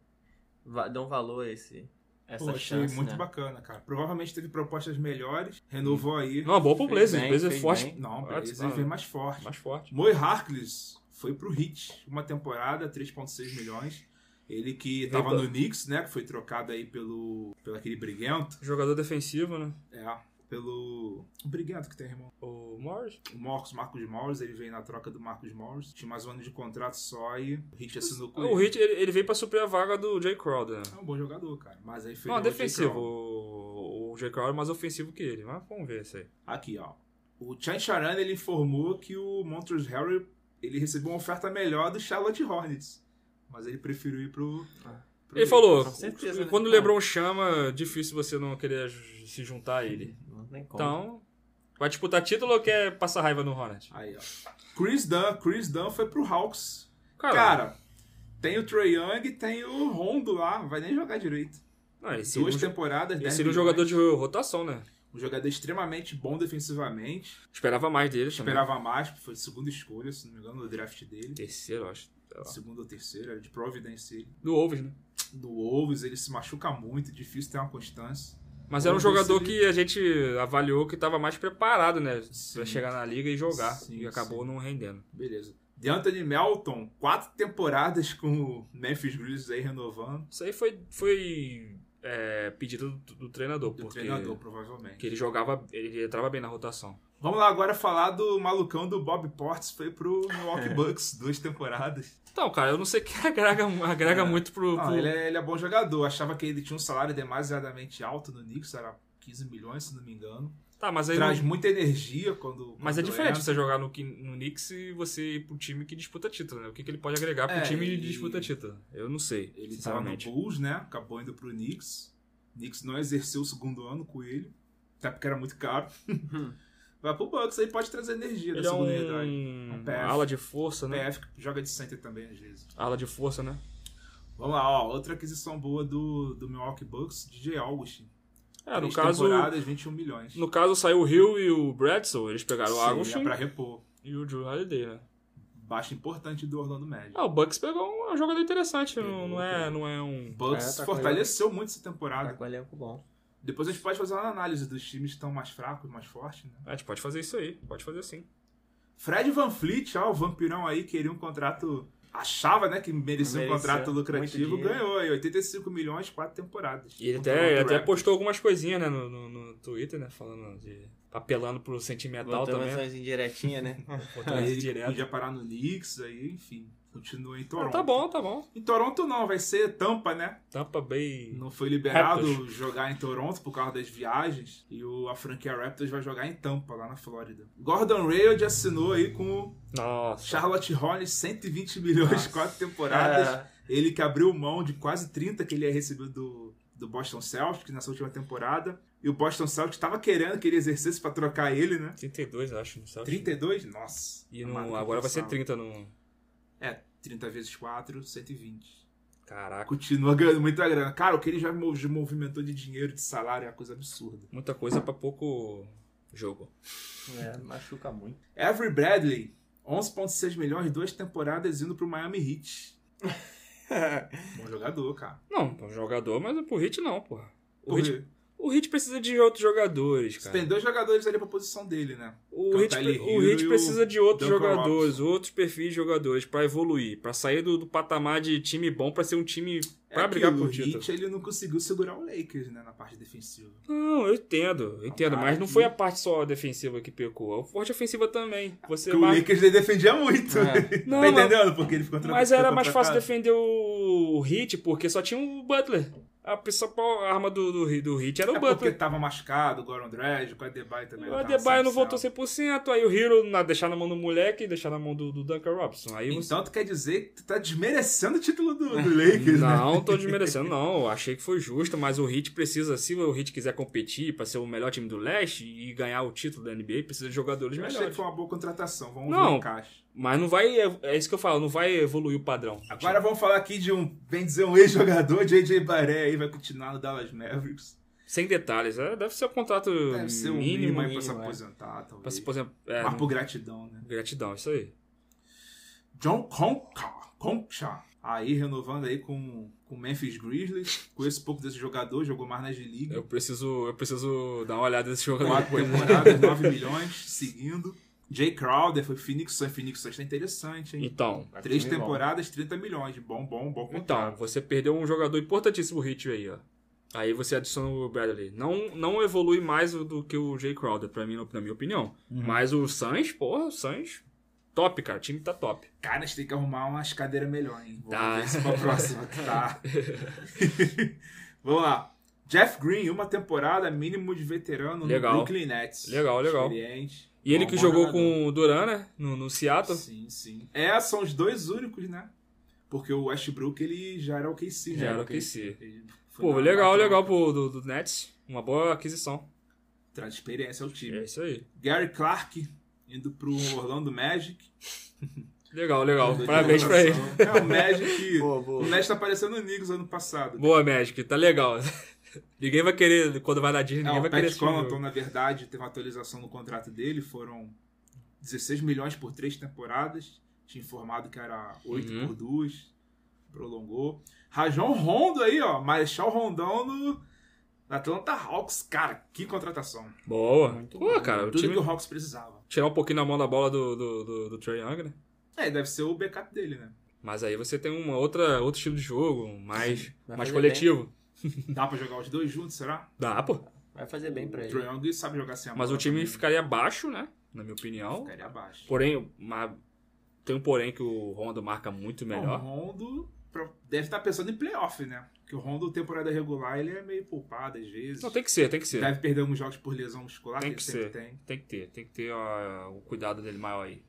S4: va- dão valor a esse, essa
S1: Pô, achei
S4: chance,
S1: muito
S4: né?
S1: bacana, cara. Provavelmente teve propostas melhores, renovou aí.
S2: Não, boa pro
S4: Fez
S2: Blazer.
S4: bem,
S2: Blazer
S4: fez
S2: forte,
S4: bem.
S1: Não,
S2: Ah,
S1: beleza,
S2: tá.
S1: ele veio mais forte.
S2: mais forte.
S1: Moe Harkless foi pro Heat, uma temporada, 3.6 milhões. Ele que tava
S2: Eita.
S1: no Knicks, né, que foi trocado aí pelo, pelo aquele briguento.
S2: Jogador defensivo, né?
S1: É, pelo... O briguento que tem, irmão.
S2: O Morris.
S1: O Marcos, Marcos Morris, ele veio na troca do Marcos Morris. Tinha mais um ano de contrato só e o Heat assinou com
S2: O Hit, ele, ele veio pra suprir a vaga do Jay Crowder. né?
S1: É um bom jogador, cara. Mas aí foi...
S2: Não,
S1: o Jay
S2: defensivo.
S1: Crowder.
S2: O, o Jay Crowder é mais ofensivo que ele, mas vamos ver isso aí.
S1: Aqui, ó. O Chan Charan, ele informou que o Montrezl Harry, ele recebeu uma oferta melhor do Charlotte Hornets. Mas ele preferiu ir pro...
S4: Ah.
S1: pro
S2: Ele falou,
S4: Com certeza, né,
S2: quando o
S4: cara?
S2: LeBron chama, é difícil você não querer ju- se juntar a ele.
S4: Não tem como.
S2: Então, vai disputar título ou quer passar raiva no Hornet?
S1: Aí, ó. Chris Dunn. Chris Dunn foi pro Hawks. Cara, tem o Trae Young, tem o Rondo lá. Não vai nem jogar direito.
S2: não, ele seria,
S1: Duas
S2: um, jo-
S1: temporadas,
S2: ele
S1: 10
S2: seria um
S1: milhões.
S2: jogador de rotação, né?
S1: Um jogador extremamente bom defensivamente.
S2: Esperava mais dele também.
S1: Esperava mais, porque foi a segunda escolha, se não me engano, no draft dele.
S2: Terceiro, eu acho. Sei lá.
S1: Segunda ou terceira, era de Providence. ele.
S2: Do Wolves, né?
S1: Do Wolves, ele se machuca muito, difícil ter uma constância.
S2: Mas era um
S1: Vamos ver se
S2: jogador que a gente avaliou que estava mais preparado, né? Pra
S1: Sim.
S2: chegar na liga e jogar.
S1: Sim,
S2: e acabou não rendendo.
S1: Beleza. De Anthony Melton, quatro temporadas com o Memphis Grizzlies aí renovando.
S2: Isso aí foi, foi é, pedido do, do treinador,
S1: Do
S2: porque
S1: treinador, provavelmente.
S2: que ele jogava, ele entrava bem na rotação.
S1: Vamos lá agora falar do malucão do Bob Portis, foi pro
S2: [laughs]
S1: Milwaukee
S2: É.
S1: Bucks, duas temporadas.
S2: Então, cara, eu não sei que [laughs] agrega, agrega muito pro.
S1: Ah,
S2: pro-
S1: ele, é, ele é bom jogador, achava que ele tinha um salário demasiadamente alto no Knicks, era 15 milhões, se não me engano.
S2: Tá, mas aí.
S1: Traz
S2: não-
S1: muita energia quando.
S2: Mas é
S1: quando
S2: diferente
S1: entra.
S2: você jogar no, Ki- no Knicks e você ir pro time que disputa título, né? O que, que ele pode agregar pro
S1: É,
S2: time
S1: e-
S2: que disputa título? Eu não sei.
S1: Ele tava no
S2: sinceramente.
S1: Bulls, né? Acabou indo pro Knicks. Knicks não exerceu o segundo ano com ele, até porque era muito caro. [laughs] Vai pro Bucks, aí pode trazer energia da
S2: Hum. Ele é
S1: segunda unidade.
S2: um.
S1: Um PF.
S2: ala de força, né?
S1: PF que joga de center também às vezes.
S2: Ala de força, né?
S1: Vamos lá, ó, outra aquisição boa do, do Milwaukee Bucks, DJ Augustin.
S2: É, no
S1: Três
S2: caso.
S1: temporadas, 21 milhões.
S2: No caso, saiu o Hill e o Bradson, eles pegaram o
S1: Sim,
S2: Agustin
S1: É pra repor.
S2: e o Drew Holiday, né?
S1: Baixa importante do Orlando Magic.
S2: Ah, o Bucks pegou um, um jogador interessante, não,
S1: Pegou,
S2: não, é,
S1: pegou.
S2: não é um...
S1: O Bucks
S4: É, tá
S1: fortaleceu muito essa
S4: Tá
S1: temporada.
S4: com o elenco bom.
S1: Depois a gente pode fazer uma análise dos times que estão mais fracos, mais fortes, né?
S2: A gente pode fazer isso aí, pode fazer sim.
S1: Fred Van Fleet, ó, o vampirão aí, queria um contrato. Achava, né, que merecia um
S4: Merecia
S1: contrato
S4: muito
S1: lucrativo,
S4: dinheiro.
S1: ganhou aí, 85 milhões, quatro temporadas. Um
S2: E ele
S1: Contra
S2: até,
S1: o
S2: ele até
S1: Raptors.
S2: postou algumas coisinhas, né, no, no, no Twitter, né, falando de... Apelando pro sentimental
S4: Botando
S2: é também,
S4: ações indiretinhas, né?
S1: [laughs]
S2: botando
S1: Aí
S2: isso
S1: É, ele
S2: direto.
S1: podia parar no Knicks, aí, enfim, continua em
S2: Ah,
S1: Toronto.
S2: tá bom, tá bom.
S1: Em Toronto não, vai ser Tampa, né?
S2: Tampa Bay...
S1: Não foi liberado
S2: Raptors.
S1: jogar em Toronto por causa das viagens. E o, a franquia Raptors vai jogar em Tampa, lá na Flórida. Gordon Rayod assinou aí com o
S2: Nossa.
S1: Charlotte Hornets 120 milhões,
S4: Nossa.
S1: quatro
S2: É.
S1: temporadas.
S4: Ah,
S1: Ele que abriu mão de quase 30 que ele ia receber do, do Boston Celtics nessa última temporada. E o Boston Celtics estava querendo que ele exercesse pra trocar ele, né?
S2: 32, eu acho, não sei.
S1: 32? Nossa.
S2: E
S1: amado,
S2: no,
S1: que
S2: agora vai ser
S1: pensava.
S2: 30 no...
S1: É, 30 vezes 4, 120.
S2: Caraca,
S1: Continua ganhando muita grana. Cara, o que ele já mov- movimentou de dinheiro, de salário, é uma coisa absurda.
S2: muita coisa pra pouco jogo.
S4: é, machuca muito.
S1: Avery Bradley, 11,6 milhões, duas temporadas indo pro Miami Heat.
S4: É,
S1: Bom jogador, cara.
S2: Não, pra um jogador, mas pro Hit não, porra. O
S1: Porque
S2: Hit O Hit precisa de outros jogadores, cara.
S1: tem dois jogadores ali pra posição dele, né?
S2: O Hit,
S1: Tyler
S2: o
S1: Hero
S2: Heat
S1: e o
S2: precisa de outros
S1: Duncan
S2: jogadores, outros perfis de jogadores pra evoluir, pra sair do, do patamar de time bom pra ser um time pra
S1: É
S2: brigar
S1: aquilo,
S2: por
S1: o
S2: título.
S1: Heat, ele não conseguiu segurar o Lakers, né, na parte defensiva.
S2: Não, eu entendo, eu entendo,
S1: cara,
S2: mas não
S1: que-
S2: foi a parte só defensiva que pecou, a parte ofensiva também. Você
S1: Porque o
S2: marca-
S1: Lakers ele defendia muito.
S4: É.
S1: [laughs]
S2: Não,
S1: tá
S2: mas-
S1: entendendo? Porque ele ficou
S2: mas era mais fácil
S1: defender.
S2: defender o Hit porque só tinha o um Butler. a principal arma do, do, do Hit era o
S1: É porque
S2: Butler.
S1: tava machucado, o Goran Dragic, o Adebayo também.
S2: O
S1: tava
S2: Adebayo não
S1: sem
S2: voltou
S1: sal.
S2: 100%, aí o Hero na, deixar na mão do moleque e deixar na mão do, do Duncan Robinson. Aí você...
S1: Então tu quer dizer que tu tá desmerecendo o título do, do Lakers, né?
S2: Não, tô desmerecendo, não. Eu achei que foi justo, mas o Heat precisa, se o Heat quiser competir pra ser o melhor time do leste e ganhar o título da NBA, precisa de jogadores
S1: Eu achei que
S2: melhores.
S1: foi uma boa contratação, vamos ver
S2: Não.
S1: o caixa.
S2: Mas não vai. É isso que eu falo, não vai evoluir o padrão.
S1: Agora vamos falar aqui de um, bem dizer, um ex-jogador, JJ Baré, aí vai continuar no Dallas Mavericks.
S2: Sem detalhes. é, Deve ser um contrato
S1: Deve ser um mínimo,
S2: mínimo.
S1: aí pra se
S3: mínimo, é.
S1: aposentar, talvez.
S2: Pra se, por exemplo, é,
S1: Mas por gratidão, né?
S2: gratidão, isso aí.
S1: John Concha, Concha. Aí renovando aí com o Memphis Grizzlies. Conheço pouco desse jogador, jogou mais na G-League.
S2: Eu preciso, eu preciso dar uma olhada nesse jogador
S1: Quatro
S2: depois.
S1: temporadas, 9 milhões, seguindo. Jay Crowder foi pro Phoenix Suns. Phoenix Suns tá interessante, hein?
S2: Então,
S1: Três
S3: time bom.
S1: temporadas, 30 milhões. Bom, bom, bom
S2: então,
S1: contrato.
S2: você perdeu um jogador importantíssimo hit aí, ó. Aí você adiciona o Bradley. Não, não evolui mais o- do que o Jay Crowder, pra mim, na minha opinião.
S1: Uhum.
S2: Mas o Suns, porra, o Suns, top, cara. O time tá top.
S1: Cara, a gente tem que arrumar umas cadeiras melhor, hein? Vamos
S2: Tá.
S1: ver se pra
S2: [laughs]
S1: próxima. Tá. Vamos lá. Jeff Green, uma temporada mínimo de veterano
S2: Legal.
S1: no Brooklyn Nets.
S2: Legal, legal.
S1: Experiente.
S2: E ele
S1: Bom,
S2: que
S1: bom
S2: jogou
S1: jogador.
S2: com o Duran, né? No, no Seattle.
S1: Sim, sim. É, são os dois únicos, né? Porque o Westbrook, ele já era o KC.
S2: Já
S1: né?
S2: era o
S1: Porque
S2: KC.
S1: ele foi
S2: Pô,
S1: na-
S2: legal,
S1: na-
S2: legal pro do, do Nets. Uma boa aquisição.
S1: Traz experiência ao time.
S2: É isso aí.
S1: Gary Clark, indo pro Orlando Magic.
S2: Legal, legal.
S1: Dois de
S2: Parabéns pra ele.
S1: rotação. É, o
S2: [laughs]
S1: Magic...
S3: Boa,
S1: o
S3: boa.
S1: Magic tá parecendo o Knicks ano passado.
S2: Boa, Magic, tá legal. [laughs] ninguém vai querer, quando vai na Disney,
S1: É,
S2: ninguém
S1: o
S2: vai querer
S1: Pat
S2: assistir o jogo.
S1: Connaughton, na verdade, teve uma atualização no contrato dele, foram 16 milhões por três temporadas. Tinha informado que era 8
S2: Uhum.
S1: por duas, prolongou. Rajon Rondo aí, ó, Marechal Rondão no Atlanta Hawks. Cara, que contratação.
S2: Boa.
S3: Muito
S2: Pô,
S3: bom.
S2: cara, o
S1: Tudo que
S2: time
S1: o Hawks precisava.
S2: tirar um pouquinho na mão da bola do, do, do, do Trae Young, né?
S1: É, deve ser o backup dele, né?
S2: Mas aí você tem uma outra, outro estilo de jogo, mais,
S3: vai
S2: mais
S3: fazer
S2: coletivo.
S1: Dá pra jogar os dois juntos, será?
S2: Dá, pô.
S3: Vai fazer bem pra
S1: O
S3: ele.
S1: Trae Young sabe jogar sem a
S2: Mas o
S1: bola
S2: time
S1: também.
S2: ficaria baixo, né? Na minha opinião.
S1: Ficaria abaixo.
S2: Porém, mas tem um porém que o Rondo marca muito
S1: Bom,
S2: melhor.
S1: O Rondo pro- deve estar pensando em playoff, né? Porque o Rondo, temporada regular, ele é meio poupado às vezes.
S2: Não, tem que ser, tem que ser.
S1: Deve perder alguns jogos por lesão muscular,
S2: Tem
S1: que ele
S2: que
S1: sempre
S2: ser.
S1: tem.
S2: Tem que ter, tem que ter ó, o cuidado dele maior aí.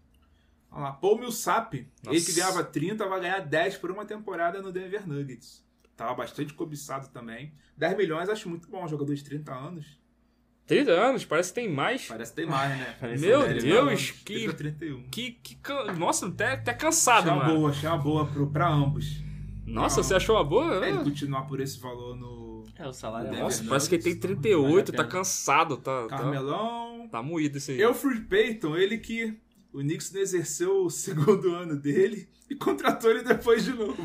S1: Olha lá, Paul Millsap,
S2: Nossa.
S1: ele que ganhava 30, vai ganhar 10 por uma temporada no Denver Nuggets. Tava bastante cobiçado também. 10 milhões acho muito bom, jogador de 30 anos.
S2: 30 anos, parece que tem mais.
S1: Parece ter mais,
S2: [laughs]
S1: né?
S3: Parece
S2: Meu
S3: ter mais.
S2: Deus, que
S1: 30, 31.
S2: Que, que can- Nossa, até, até cansado,
S1: Achei uma
S2: mano.
S1: boa, achei uma boa pro, pra ambos.
S2: Nossa,
S1: Não.
S2: você achou uma boa? Ah.
S1: É, ele continuar por esse valor no
S4: É, o salário
S1: Nossa,
S4: dele.
S2: Nossa,
S1: Denver
S2: parece que ele tem
S1: Nuggets,
S2: 38,
S3: vale a
S2: tá
S3: pena.
S2: cansado, tá, tá,
S1: Carmelão.
S2: tá moído isso aí.
S1: Elfrid É Payton, ele que o Knicks não exerceu o segundo [laughs] ano dele e contratou ele depois de novo.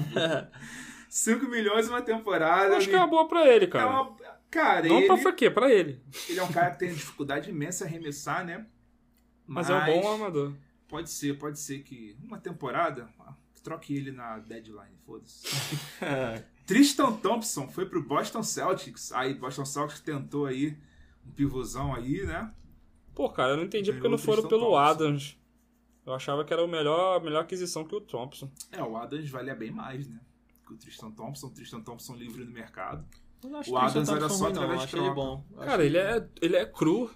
S1: 5 milhões uma
S2: Eu
S1: temporada.
S2: acho que é
S1: amigo.
S2: uma boa pra ele,
S1: É
S2: cara.
S1: uma- Cara,
S2: Não
S1: ele,
S2: pra quê? Pra ele.
S1: ele é um cara que tem dificuldade imensa em arremessar, né?
S2: Mas, é um bom armador.
S1: Pode ser, pode ser que uma temporada, ah, troque ele na deadline, foda-se. Tristan Thompson foi pro Boston Celtics. Aí, Boston Celtics tentou aí um pivôzão aí, né?
S2: Pô, cara, eu não entendi porque
S1: Ganhou
S2: não
S1: o
S2: foram
S1: Tristan
S2: pelo
S1: Thompson.
S2: Adams. Eu achava que era o melhor, a melhor aquisição que o Thompson.
S1: É, o Adams valia bem mais, né? Que o Tristan Thompson, Tristan Thompson livre no mercado.
S3: [laughs] Eu não acho
S1: O
S3: que Tristan
S1: Adams era
S3: Thompson
S1: só
S3: ruim, não.
S1: através
S3: Eu
S1: de
S3: acho ele
S1: troca.
S3: bom. Eu acho
S2: Cara, ele é, ele é cru.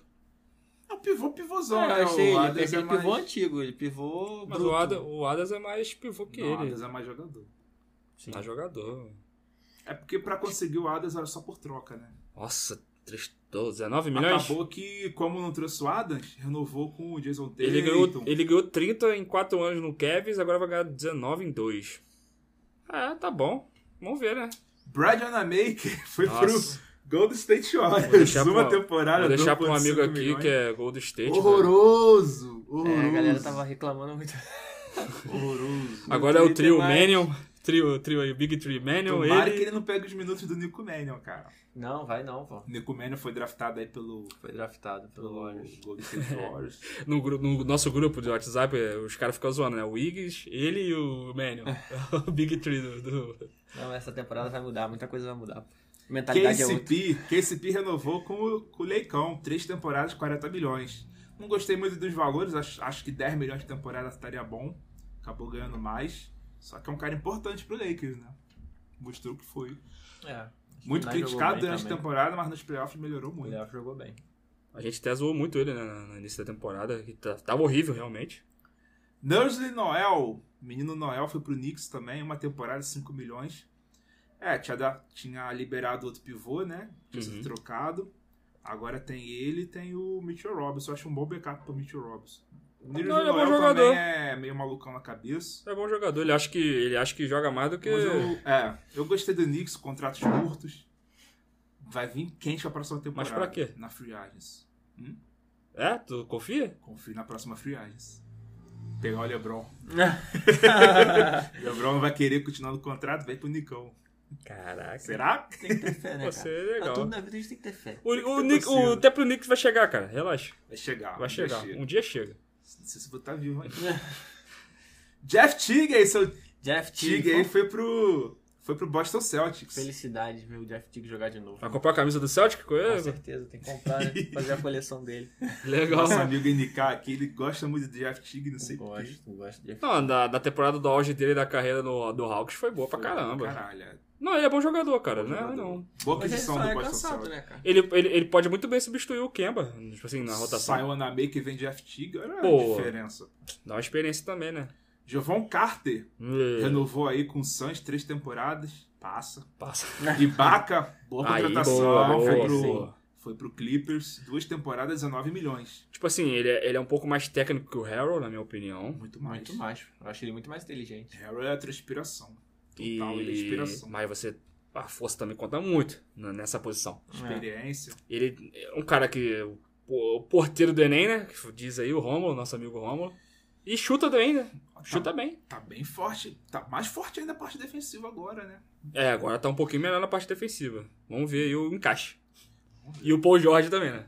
S1: É um pivô pivôzão,
S3: É,
S1: né?
S3: eu achei
S1: o
S3: ele,
S1: Adams
S3: tem aquele
S1: é mais...
S3: pivô antigo, ele pivô
S2: Mas
S3: bruto.
S2: o Adams, o Adams é mais pivô que
S1: Não, o
S2: ele.
S1: Adams é mais jogador.
S3: Sim.
S2: Mais jogador.
S1: É porque pra conseguir o Adams era só por troca, né?
S2: Nossa, 3, 19 milhões?
S1: Acabou que, como não trouxe o Adams, renovou com o Jason Tatum.
S2: Ele ganhou, ele ganhou 30 em 4 anos no Cavs, agora vai ganhar 19 em 2. É, tá bom. Vamos ver, né?
S1: Brad Anamaker [laughs] foi pro
S2: Nossa,
S1: Golden State
S2: Vou
S1: Warriors.
S2: deixar
S1: Uma
S2: pra-
S1: temporada,
S2: vou deixar pra um
S1: 2,5
S2: amigo aqui
S1: milhões.
S2: que é Gold State. né?
S1: Horroroso!
S4: É,
S1: Horroroso!
S4: a galera tava reclamando muito.
S1: Horroroso.
S2: Agora é o trio
S4: Demais.
S2: Manion. Trio, trio aí, Big Tree Manion,
S1: Tomara que
S2: ele.
S1: ele não pegue os minutos do Nico Mannion, cara.
S4: Não, vai não, pô.
S1: O Nico Mannion foi draftado aí pelo,
S4: Foi draftado pelo
S1: pelo
S4: Warriors.
S1: Golden State
S2: [laughs]
S1: Warriors.
S2: No, gru- no nosso grupo de WhatsApp, eh, os caras ficam zoando, né? O Wiggins, ele e o Manion.
S1: É.
S2: [laughs] o Big Tree do. do-
S4: Não, essa temporada vai mudar, muita coisa vai mudar. A mentalidade é outra.
S1: KCP, KCP renovou com o, com o Leicão, três temporadas, 40 milhões. Não gostei muito dos valores, acho, acho que 10 milhões de temporada estaria bom. Acabou ganhando mais. Só que é um cara importante pro Lakers, né? Mostrou que foi.
S4: É.
S1: Muito
S4: Knight jogou
S1: criticado
S4: bem
S1: durante a
S4: também.
S1: temporada, mas nos playoffs melhorou
S4: O
S1: muito.
S4: Léo jogou
S1: [laughs]
S4: bem.
S2: A gente até zoou muito ele né, na- no início da temporada, que tá- tava horrível realmente.
S1: Nursley Noel, menino Noel foi pro Knicks também, uma temporada 5 milhões. É, tinha, da- tinha liberado outro pivô, né? Tinha sido
S2: Uhum.
S1: trocado. Agora tem ele e tem o Mitchell Robinson. Eu acho um bom backup pro Mitchell Robinson. O Nersley
S2: ele é bom
S1: Noel
S2: jogador.
S1: também é meio malucão na cabeça.
S2: É bom jogador, ele acha que, ele acha que joga mais do que.
S1: Mas eu, é, eu gostei do Knicks, contratos curtos. Vai vir quente a próxima temporada.
S2: pra quê?
S1: Na Free Agents.
S2: É? Tu confia?
S1: Confio na próxima Free Agents. Pegar o LeBron. LeBron não vai querer continuar no contrato, vai pro Nicão.
S4: Caraca.
S1: Será?
S4: Tem que ter fé, né,
S2: Pô,
S1: é
S2: seria
S4: cara?
S2: legal.
S4: Tá tudo na vida, a gente tem que ter fé.
S2: O, o,
S1: que
S2: Nick,
S1: possível.
S2: o até pro Knicks vai chegar, cara. Relaxa.
S1: Vai chegar.
S2: Vai chegar.
S1: Chega.
S2: Um dia chega.
S1: Não sei se vou estar vivo ainda. [laughs] Jeff Tigger, seu
S4: Jeff
S1: Tigger aí
S4: Teague.
S1: foi pro. Foi pro Boston Celtics.
S4: Felicidades, meu Jeff Teague jogar de novo.
S2: Vai comprar a camisa do Celtic?
S4: Com
S2: Coisa?
S4: certeza, tem que comprar, né? Fazer a coleção dele.
S2: Legal.
S1: Nosso amigo NK aqui, ele gosta muito de Jeff Tigger, não sei porquê.
S4: Gosto, gosto de Jeff
S2: Não, da, da temporada do auge dele da carreira no, do Hawks foi boa pra caramba.
S1: Caralho. é.
S2: Não, ele é bom jogador, cara. não é ruim, não.
S1: Boa
S4: Mas ele
S1: aquisição
S4: só
S1: do
S4: é
S1: Boston
S4: cansado,
S1: Celtics.
S4: né, cara?
S2: Ele, ele, ele pode muito bem substituir o Kemba, tipo
S4: né?
S2: assim, na rotação.
S1: Sai um- o Anamei que vem Jeff Tigger, olha
S2: Pô.
S1: a diferença.
S2: Dá uma experiência também, né?
S1: Jovan Carter
S2: É,
S1: renovou aí com o Suns três temporadas. Passa.
S2: Passa.
S1: Ibaka, boa
S2: Aí,
S1: contratação.
S2: boa, boa,
S1: foi, pro,
S2: boa.
S1: foi pro Clippers, duas temporadas, 19 milhões.
S2: Tipo assim, ele é, ele é um pouco mais técnico que o Harold, na minha opinião.
S1: Muito mais.
S4: Muito mais. Eu acho ele muito mais [laughs] inteligente.
S1: Harold é a transpiração.
S2: E...
S1: Total, ele é inspiração.
S2: Mas você. A força também conta muito n- nessa posição.
S1: Experiência.
S2: Ele é um cara que. O o porteiro do Enem, né? Que Diz aí o Rômulo, nosso amigo Rômulo. E chuta também, né? Chuta bem.
S1: Tá bem forte. Tá mais forte ainda a parte defensiva agora, né?
S2: É, agora tá um pouquinho melhor na parte defensiva. Vamos ver aí o encaixe. E o Paul Jorge também, né?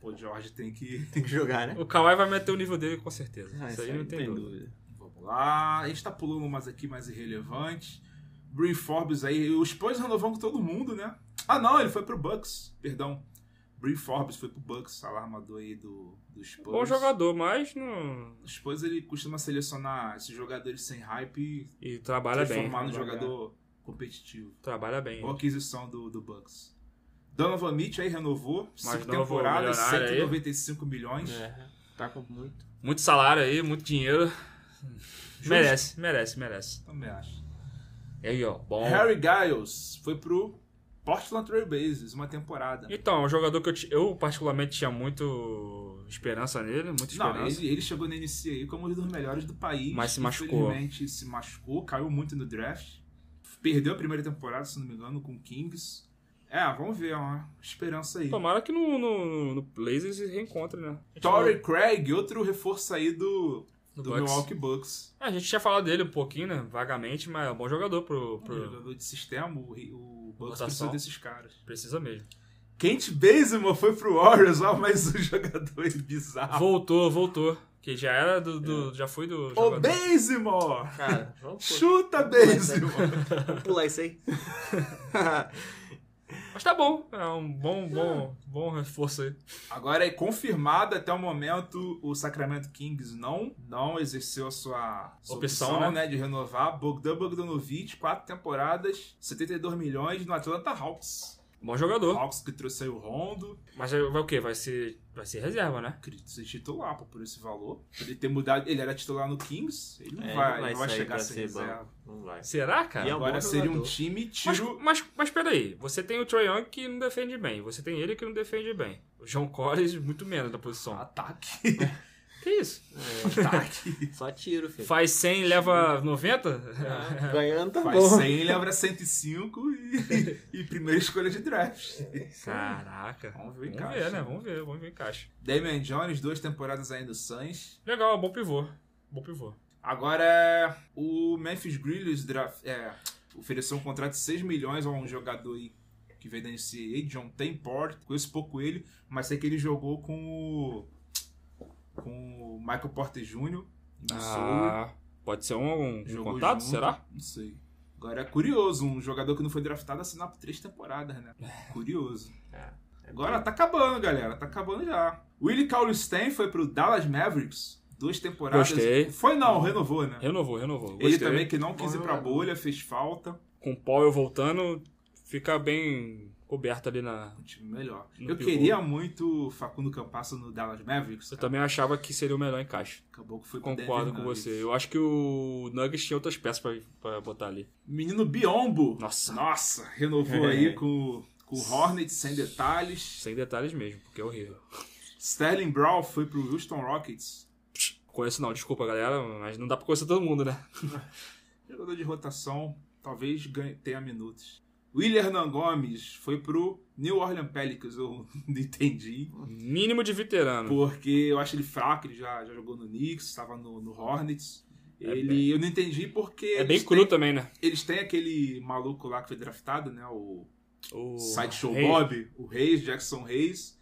S1: Pô, o Jorge tem que. [laughs]
S3: Tem que jogar, né?
S2: O Kawhi vai meter o nível dele com certeza.
S4: Ah,
S2: isso, aí não tem dúvida.
S1: Vamos lá. A gente tá pulando umas aqui mais irrelevantes. Bryn Forbes aí. Os Spurs renovou com todo mundo, né? Ah, não, ele foi pro Bucks. Perdão. Bryn Forbes foi pro Bucks, alarmador aí do, do Spurs.
S2: Bom jogador, mas não.
S1: O Spurs ele costuma selecionar esses jogadores sem hype
S2: E
S1: e
S2: trabalha bem.
S1: transformar no
S4: trabalhar.
S1: jogador competitivo.
S2: Trabalha bem.
S1: Boa aquisição do, do Bucks. Donovan Mitchell aí renovou,
S2: Mais
S1: cinco
S2: novo
S1: temporadas,
S2: milionário aí.
S1: 195 milhões.
S4: É, tá com muito.
S2: Muito salário aí, muito dinheiro. Merece, merece, merece.
S1: Também acho.
S2: E aí, ó, bom.
S1: Harry Giles foi pro Portland Trail Blazers, uma temporada.
S2: Então, é um jogador que eu, ti- eu particularmente tinha muito esperança nele, muita esperança.
S1: Não, ele, ele chegou na NCAA aí como um dos melhores do país.
S2: Mas se machucou.
S1: Infelizmente se machucou, caiu muito no draft. Perdeu a primeira temporada, se não me engano, com o Kings. É, vamos ver, uma esperança aí.
S2: Tomara que no, no, no Blazers se reencontre, né? A gente
S1: Torrey Craig, outro reforço aí do, do
S2: falou Bucks.
S1: Milwaukee Bucks.
S2: É, a gente tinha falado dele um pouquinho, né? Vagamente, mas é um bom jogador pro.
S1: Um
S2: pro-
S1: Jogador de sistema, o, o Bucks
S2: Rotação.
S1: precisa desses caras.
S2: Precisa mesmo.
S1: Kent Bazemore foi pro Warriors, ó, mais um [laughs] jogador aí bizarro.
S2: Voltou, voltou. Que já era do. do- Já foi do.
S1: Ah. Ô,
S2: jogador.
S1: Bazemore!
S4: Cara, vamos pôr-
S1: Chuta,
S2: é
S1: Bazemore!
S4: vamos pular isso aí.
S2: Mas tá bom. É um bom, bom, bom reforço aí.
S1: Agora é confirmado até o momento o Sacramento Kings não não exerceu a sua, sua
S2: Opção, né?
S1: de renovar. Bogdan Bogdanovic, quatro temporadas, 72 milhões no Atlanta Hawks.
S2: Bom jogador.
S1: Hawks que trouxe aí o Rondo.
S2: Mas é, vai o quê? Vai ser, vai ser reserva, né?
S1: acredito ser titular pô, por esse valor. Ele ter mudado, ele era titular no Kings, ele não
S4: É, ele
S1: vai,
S4: não
S1: não
S4: vai
S1: vai
S4: sair
S1: chegar a
S4: pra
S1: ser
S4: ser
S1: reserva.
S4: Não vai.
S2: Será, cara?
S4: E é um
S1: Agora
S4: bom
S1: seria um
S4: jogador.
S1: time
S2: mas,
S1: tiro.
S2: mas, mas peraí, você tem o Trae Young que não defende bem, você tem ele que não defende bem. O John Collins, muito menos na
S4: Ah,
S2: posição.
S1: Ataque.
S2: Que isso?
S1: Ataque.
S4: É. [laughs] Só tiro, filho.
S2: Faz 100 leva 90?
S3: Ganhando tá
S1: Faz
S3: bom.
S1: 100, lembra 105 e, e primeira escolha de draft.
S2: Caraca.
S1: Vamos ver o
S2: Vamos
S1: encaixe.
S2: ver, né? Vamos ver, vamos ver em caixa.
S1: Damian Jones, duas temporadas ainda no Suns.
S2: Legal, bom pivô. Bom pivô.
S1: Agora, o Memphis Grizzlies draf- é, ofereceu um contrato de 6 milhões a um jogador aí que veio da NCAA, John Temport. Conheço pouco ele, mas sei que ele jogou com o, com o Michael Porter Jr. em Missouri.
S2: Ah, pode ser um, um
S1: Jogou
S2: contato,
S1: junto,
S2: será?
S1: Não sei. Agora é curioso, um jogador que não foi draftado assinar por três temporadas,
S2: [laughs]
S1: né? Curioso.
S2: É,
S1: Agora tá acabando, galera. Tá acabando já. Willie Cauley-Stein foi pro Dallas Mavericks. Duas temporadas.
S2: Gostei.
S1: Foi não, renovou, né?
S2: Renovou, renovou.
S1: Ele
S2: Gostei.
S1: também que não quis ir pra
S4: jogador.
S1: bolha, fez falta.
S2: Com o Powell voltando, ficar bem coberto ali na.
S1: Um time melhor.
S2: No
S1: eu
S2: pivô.
S1: queria muito Facundo Campasso no Dallas Mavericks.
S2: Eu
S1: cara.
S2: também achava que seria o melhor encaixe.
S1: Acabou que foi pro
S2: Concordo
S1: Denver
S2: com
S1: Nuggets.
S2: você. Eu acho que o Nuggets tinha outras peças pra, pra botar ali.
S1: Menino Biombo.
S2: Nossa.
S1: Nossa, renovou
S4: É.
S1: aí com, com o Hornets, sem detalhes.
S2: Sem detalhes mesmo, porque é horrível.
S1: Sterling Brown foi pro Houston Rockets.
S2: Conheço não, desculpa galera, mas não dá pra conhecer todo mundo, né?
S1: Jogador de rotação, talvez ganhe, tenha minutos. William Hernan Gomes foi pro New Orleans Pelicans, eu [laughs] não entendi.
S2: Mínimo de veterano.
S1: Porque eu acho ele fraco, ele já, já jogou no Knicks, estava no, no Hornets.
S2: É
S1: Ele,
S2: bem-
S1: eu não entendi porque.
S2: é
S1: eles
S2: bem
S1: têm-
S2: cru também, né?
S1: Eles têm aquele maluco lá que foi draftado, né? O
S2: O
S1: Sideshow
S2: Rey-
S1: Bob, o Reis, Jackson Reis.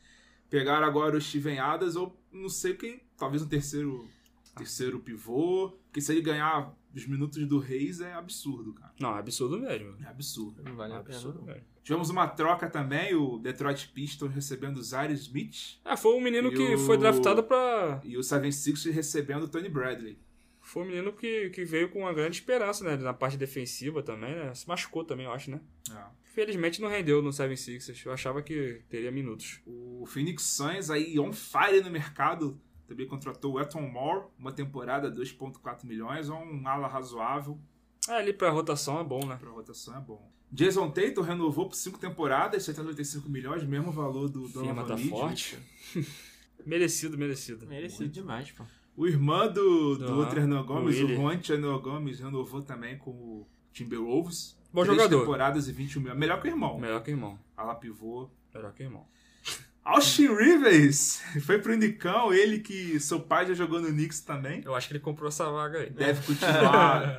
S1: Pegaram agora o Steven Adams, ou não sei quem, talvez um terceiro terceiro pivô. Porque se ele ganhar os minutos do Reis é absurdo, cara.
S2: Não, é absurdo mesmo.
S1: É absurdo.
S4: Não vale
S2: É
S4: a pena.
S2: absurdo
S4: não.
S2: mesmo.
S1: Tivemos uma troca também, o Detroit Pistons recebendo o Zaire Smith
S2: É, foi um menino
S1: E
S2: que
S1: o-
S2: foi draftado pra.
S1: e o 76 recebendo o Tony Bradley.
S2: Foi um menino que, que veio com uma grande esperança, né? Na parte defensiva também, né? Se machucou também, eu acho, né?
S1: É.
S2: Felizmente não rendeu no 76ers. Eu achava que teria minutos.
S1: O Phoenix Suns aí on fire no mercado. Também contratou o Eton Moore, uma temporada 2.4 milhões, é um ala razoável.
S2: É, ali pra rotação é bom, né?
S1: Pra rotação é bom. Jason Tatum renovou por 5 temporadas, 785 milhões, mesmo valor do
S2: O firma
S1: Donovan
S2: tá
S1: Mitchell.
S2: forte. merecido, merecido.
S4: Merecido demais, pô.
S1: O irmão do, do
S2: Ah,
S1: outro Hernan Gomes,
S2: Willie.
S1: o Juan Hernan Gomes, renovou também com o Timberwolves.
S2: Bom
S1: Três
S2: jogador.
S1: temporadas e 21 milhões. Melhor que o irmão.
S2: Melhor que o irmão.
S1: Ala pivô.
S2: Melhor que o irmão.
S1: Austin Rivers [laughs] foi pro Nicão, ele que seu pai já jogou no Knicks também.
S2: Eu acho que ele comprou essa vaga aí.
S1: Deve continuar,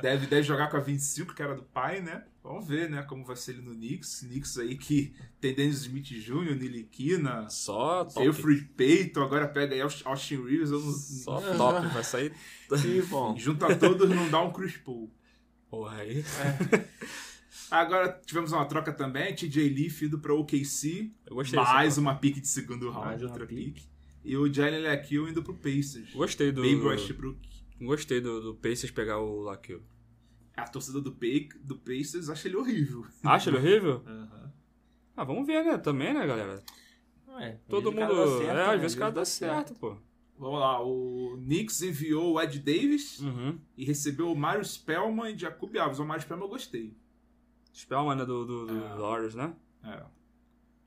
S3: [laughs]
S1: deve, deve jogar com a 25, que era do pai, né? Vamos ver, né, como vai ser ele no Knicks. Knicks aí que tem Dennis Smith Jr., Niliquina,
S2: Só top.
S1: Jeffrey Payton, agora pega aí Aust- Austin Rivers. eu não-
S2: Só top. Vai sair.
S3: Que bom.
S1: Junto a todos não dá um Chris Paul.
S2: Porra aí.
S1: Agora tivemos uma troca também, TJ Leaf indo pra OKC,
S2: Eu gostei dessa
S1: mais
S2: troca.
S1: uma pique de segundo round,
S3: Mais uma
S1: outra pique. E o Jalen Lequil indo pro Pacers.
S2: Gostei do.
S1: Baby Westbrook.
S2: Gostei do, do Pacers pegar o Laquil.
S1: A torcida do, Pa- do Pacers acha ele horrível.
S2: Acha ele horrível?
S1: Aham.
S2: Ah, vamos ver, né? Também, né, galera?
S4: Ué,
S2: Todo
S4: às vezes
S2: mundo.
S4: o cara dá certo,
S2: é,
S4: né?
S2: às vezes o cara dá certo, pô.
S1: Vamos lá, o Knicks enviou o Ed Davis
S2: Uhum.
S1: e recebeu o Mário Spellman e Jacob Alves. O Mário Spellman eu gostei.
S2: Spellman, né? Do, do, do Warriors, né?
S1: É.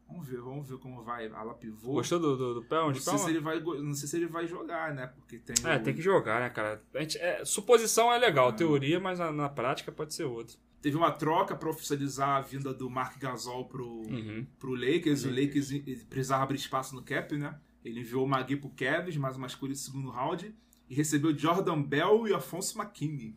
S1: Vamos ver, vamos ver como vai. Ala pivô.
S2: Gostou do, do, do Spellman?
S1: Não sei, se ele vai, go- não sei se ele vai jogar, né? Porque tem.
S2: É,
S1: o-
S2: tem que jogar, né, cara? A gente- é, suposição é legal,
S4: Ah.
S1: É.
S2: teoria, mas na, na prática pode ser outro.
S1: Teve uma troca pra oficializar a vinda do Mark Gasol pro,
S2: Hum.
S4: Uhum.
S2: Uhum.
S1: pro Lakers. O Lakers e- precisava abrir espaço no cap, né? Ele enviou o Magui pro Cavs, mais uma escolha de segundo round. E recebeu Jordan Bell e Afonso McKinney.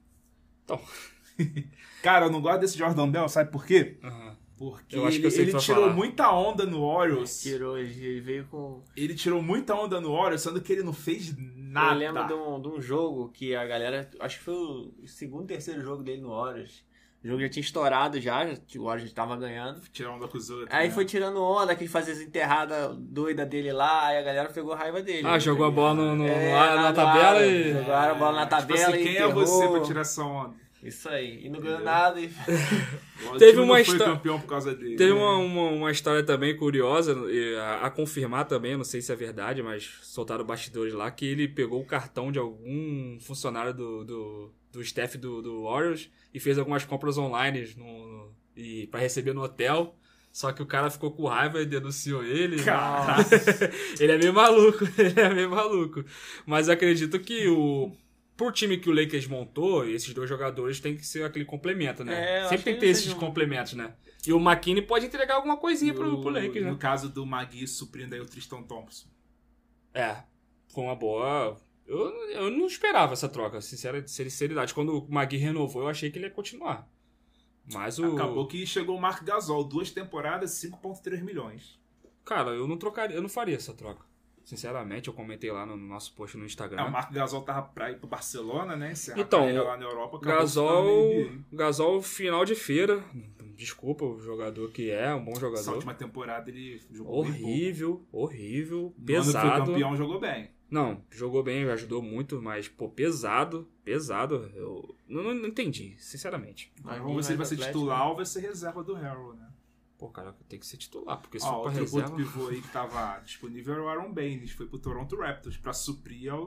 S2: Então.
S1: [laughs] Cara, eu não gosto desse Jordan Bell, sabe por quê?
S2: Aham.
S1: Porque
S2: Eu acho
S1: ele,
S2: que eu sei o
S1: ele
S2: que tu vai
S1: tirou
S2: falar.
S1: muita onda no Orioles.
S4: Tirou, ele veio com.
S1: Ele tirou muita onda no Orioles, sendo que ele não fez nada.
S4: Eu lembro de um, de um jogo que a galera. Acho que foi o segundo, terceiro jogo dele no Horus. O jogo já tinha estourado já, o Horus já tava ganhando.
S1: Tirar onda com os outros.
S4: Aí
S1: né?
S4: foi tirando onda, que ele fazia as enterradas doidas dele lá, aí a galera pegou raiva dele.
S2: Ah, jogou a bola no, no-
S4: É,
S2: lá
S4: lá
S2: na
S4: no né?
S2: tabela
S4: ar,
S2: e.
S4: jogou a bola na
S1: Tipo
S4: tabela
S1: assim,
S4: e
S1: quem é
S4: enterrou.
S1: você pra tirar essa onda?
S4: Isso aí. E não
S1: Entendeu?
S4: ganhou
S1: [laughs]
S4: nada e
S1: O
S2: Teve
S1: time
S2: uma
S1: não foi
S2: histó-
S1: campeão por causa dele.
S2: Teve uma, uma, uma história também curiosa, e a, a confirmar também, não sei se é verdade, mas soltaram bastidores lá, que ele pegou o cartão de algum funcionário do, do, do staff do, do Warriors e fez algumas compras online no, no- e para receber no hotel. Só que o cara ficou com raiva e denunciou ele.
S1: [laughs]
S2: né?
S1: Cara,
S2: Ele é meio maluco, [laughs] ele é meio maluco. Mas eu acredito que o. Pro time que o Lakers montou, esses dois jogadores têm que ser aquele complemento,
S4: É,
S2: né? Sempre
S4: eu acho
S2: tem que
S4: que
S2: ter
S4: não
S2: esses
S4: seja um-
S2: complementos, né? E o McKinney pode entregar alguma coisinha pro,
S1: no,
S2: pro Lakers,
S1: no
S2: né?
S1: caso do Magui suprindo aí o Tristan Thompson.
S2: É, foi uma boa. Eu, eu não esperava essa troca, sincera, sinceridade. Quando o Magui renovou, eu achei que ele ia continuar. Mas o.
S1: Acabou que chegou o Mark Gasol, duas temporadas, 5.3 milhões.
S2: Cara, eu não trocaria, eu não faria essa troca. Sinceramente, eu comentei lá no nosso post no Instagram.
S1: É, o Mark Gasol tava pra ir pro Barcelona, né? Encerrar a
S2: Tá. Então,
S1: carreira lá na Europa, acabou
S2: Gasol,
S1: ficando na NBA.
S2: Gasol final de feira. Desculpa o jogador que é, um bom
S1: Essa
S2: jogador.
S1: última temporada ele jogou bem pouco.
S2: Horrível, horrível,
S1: No ano que foi
S2: pesado.
S1: campeão jogou bem.
S2: Não, jogou bem, ajudou muito, mas pô, pesado, pesado. Eu não, não entendi, sinceramente.
S1: Mas
S4: Mas
S1: vamos ver se ele vai ser
S4: Atlético,
S1: titular ou vai ser reserva do Harold, né?
S2: Pô, cara, tem que ser titular, porque se
S1: Ó,
S2: for pra
S1: Ah, outro, outro
S2: reserva...
S1: pivô aí que tava disponível era o Aaron Baines, foi pro Toronto Raptors pra suprir a,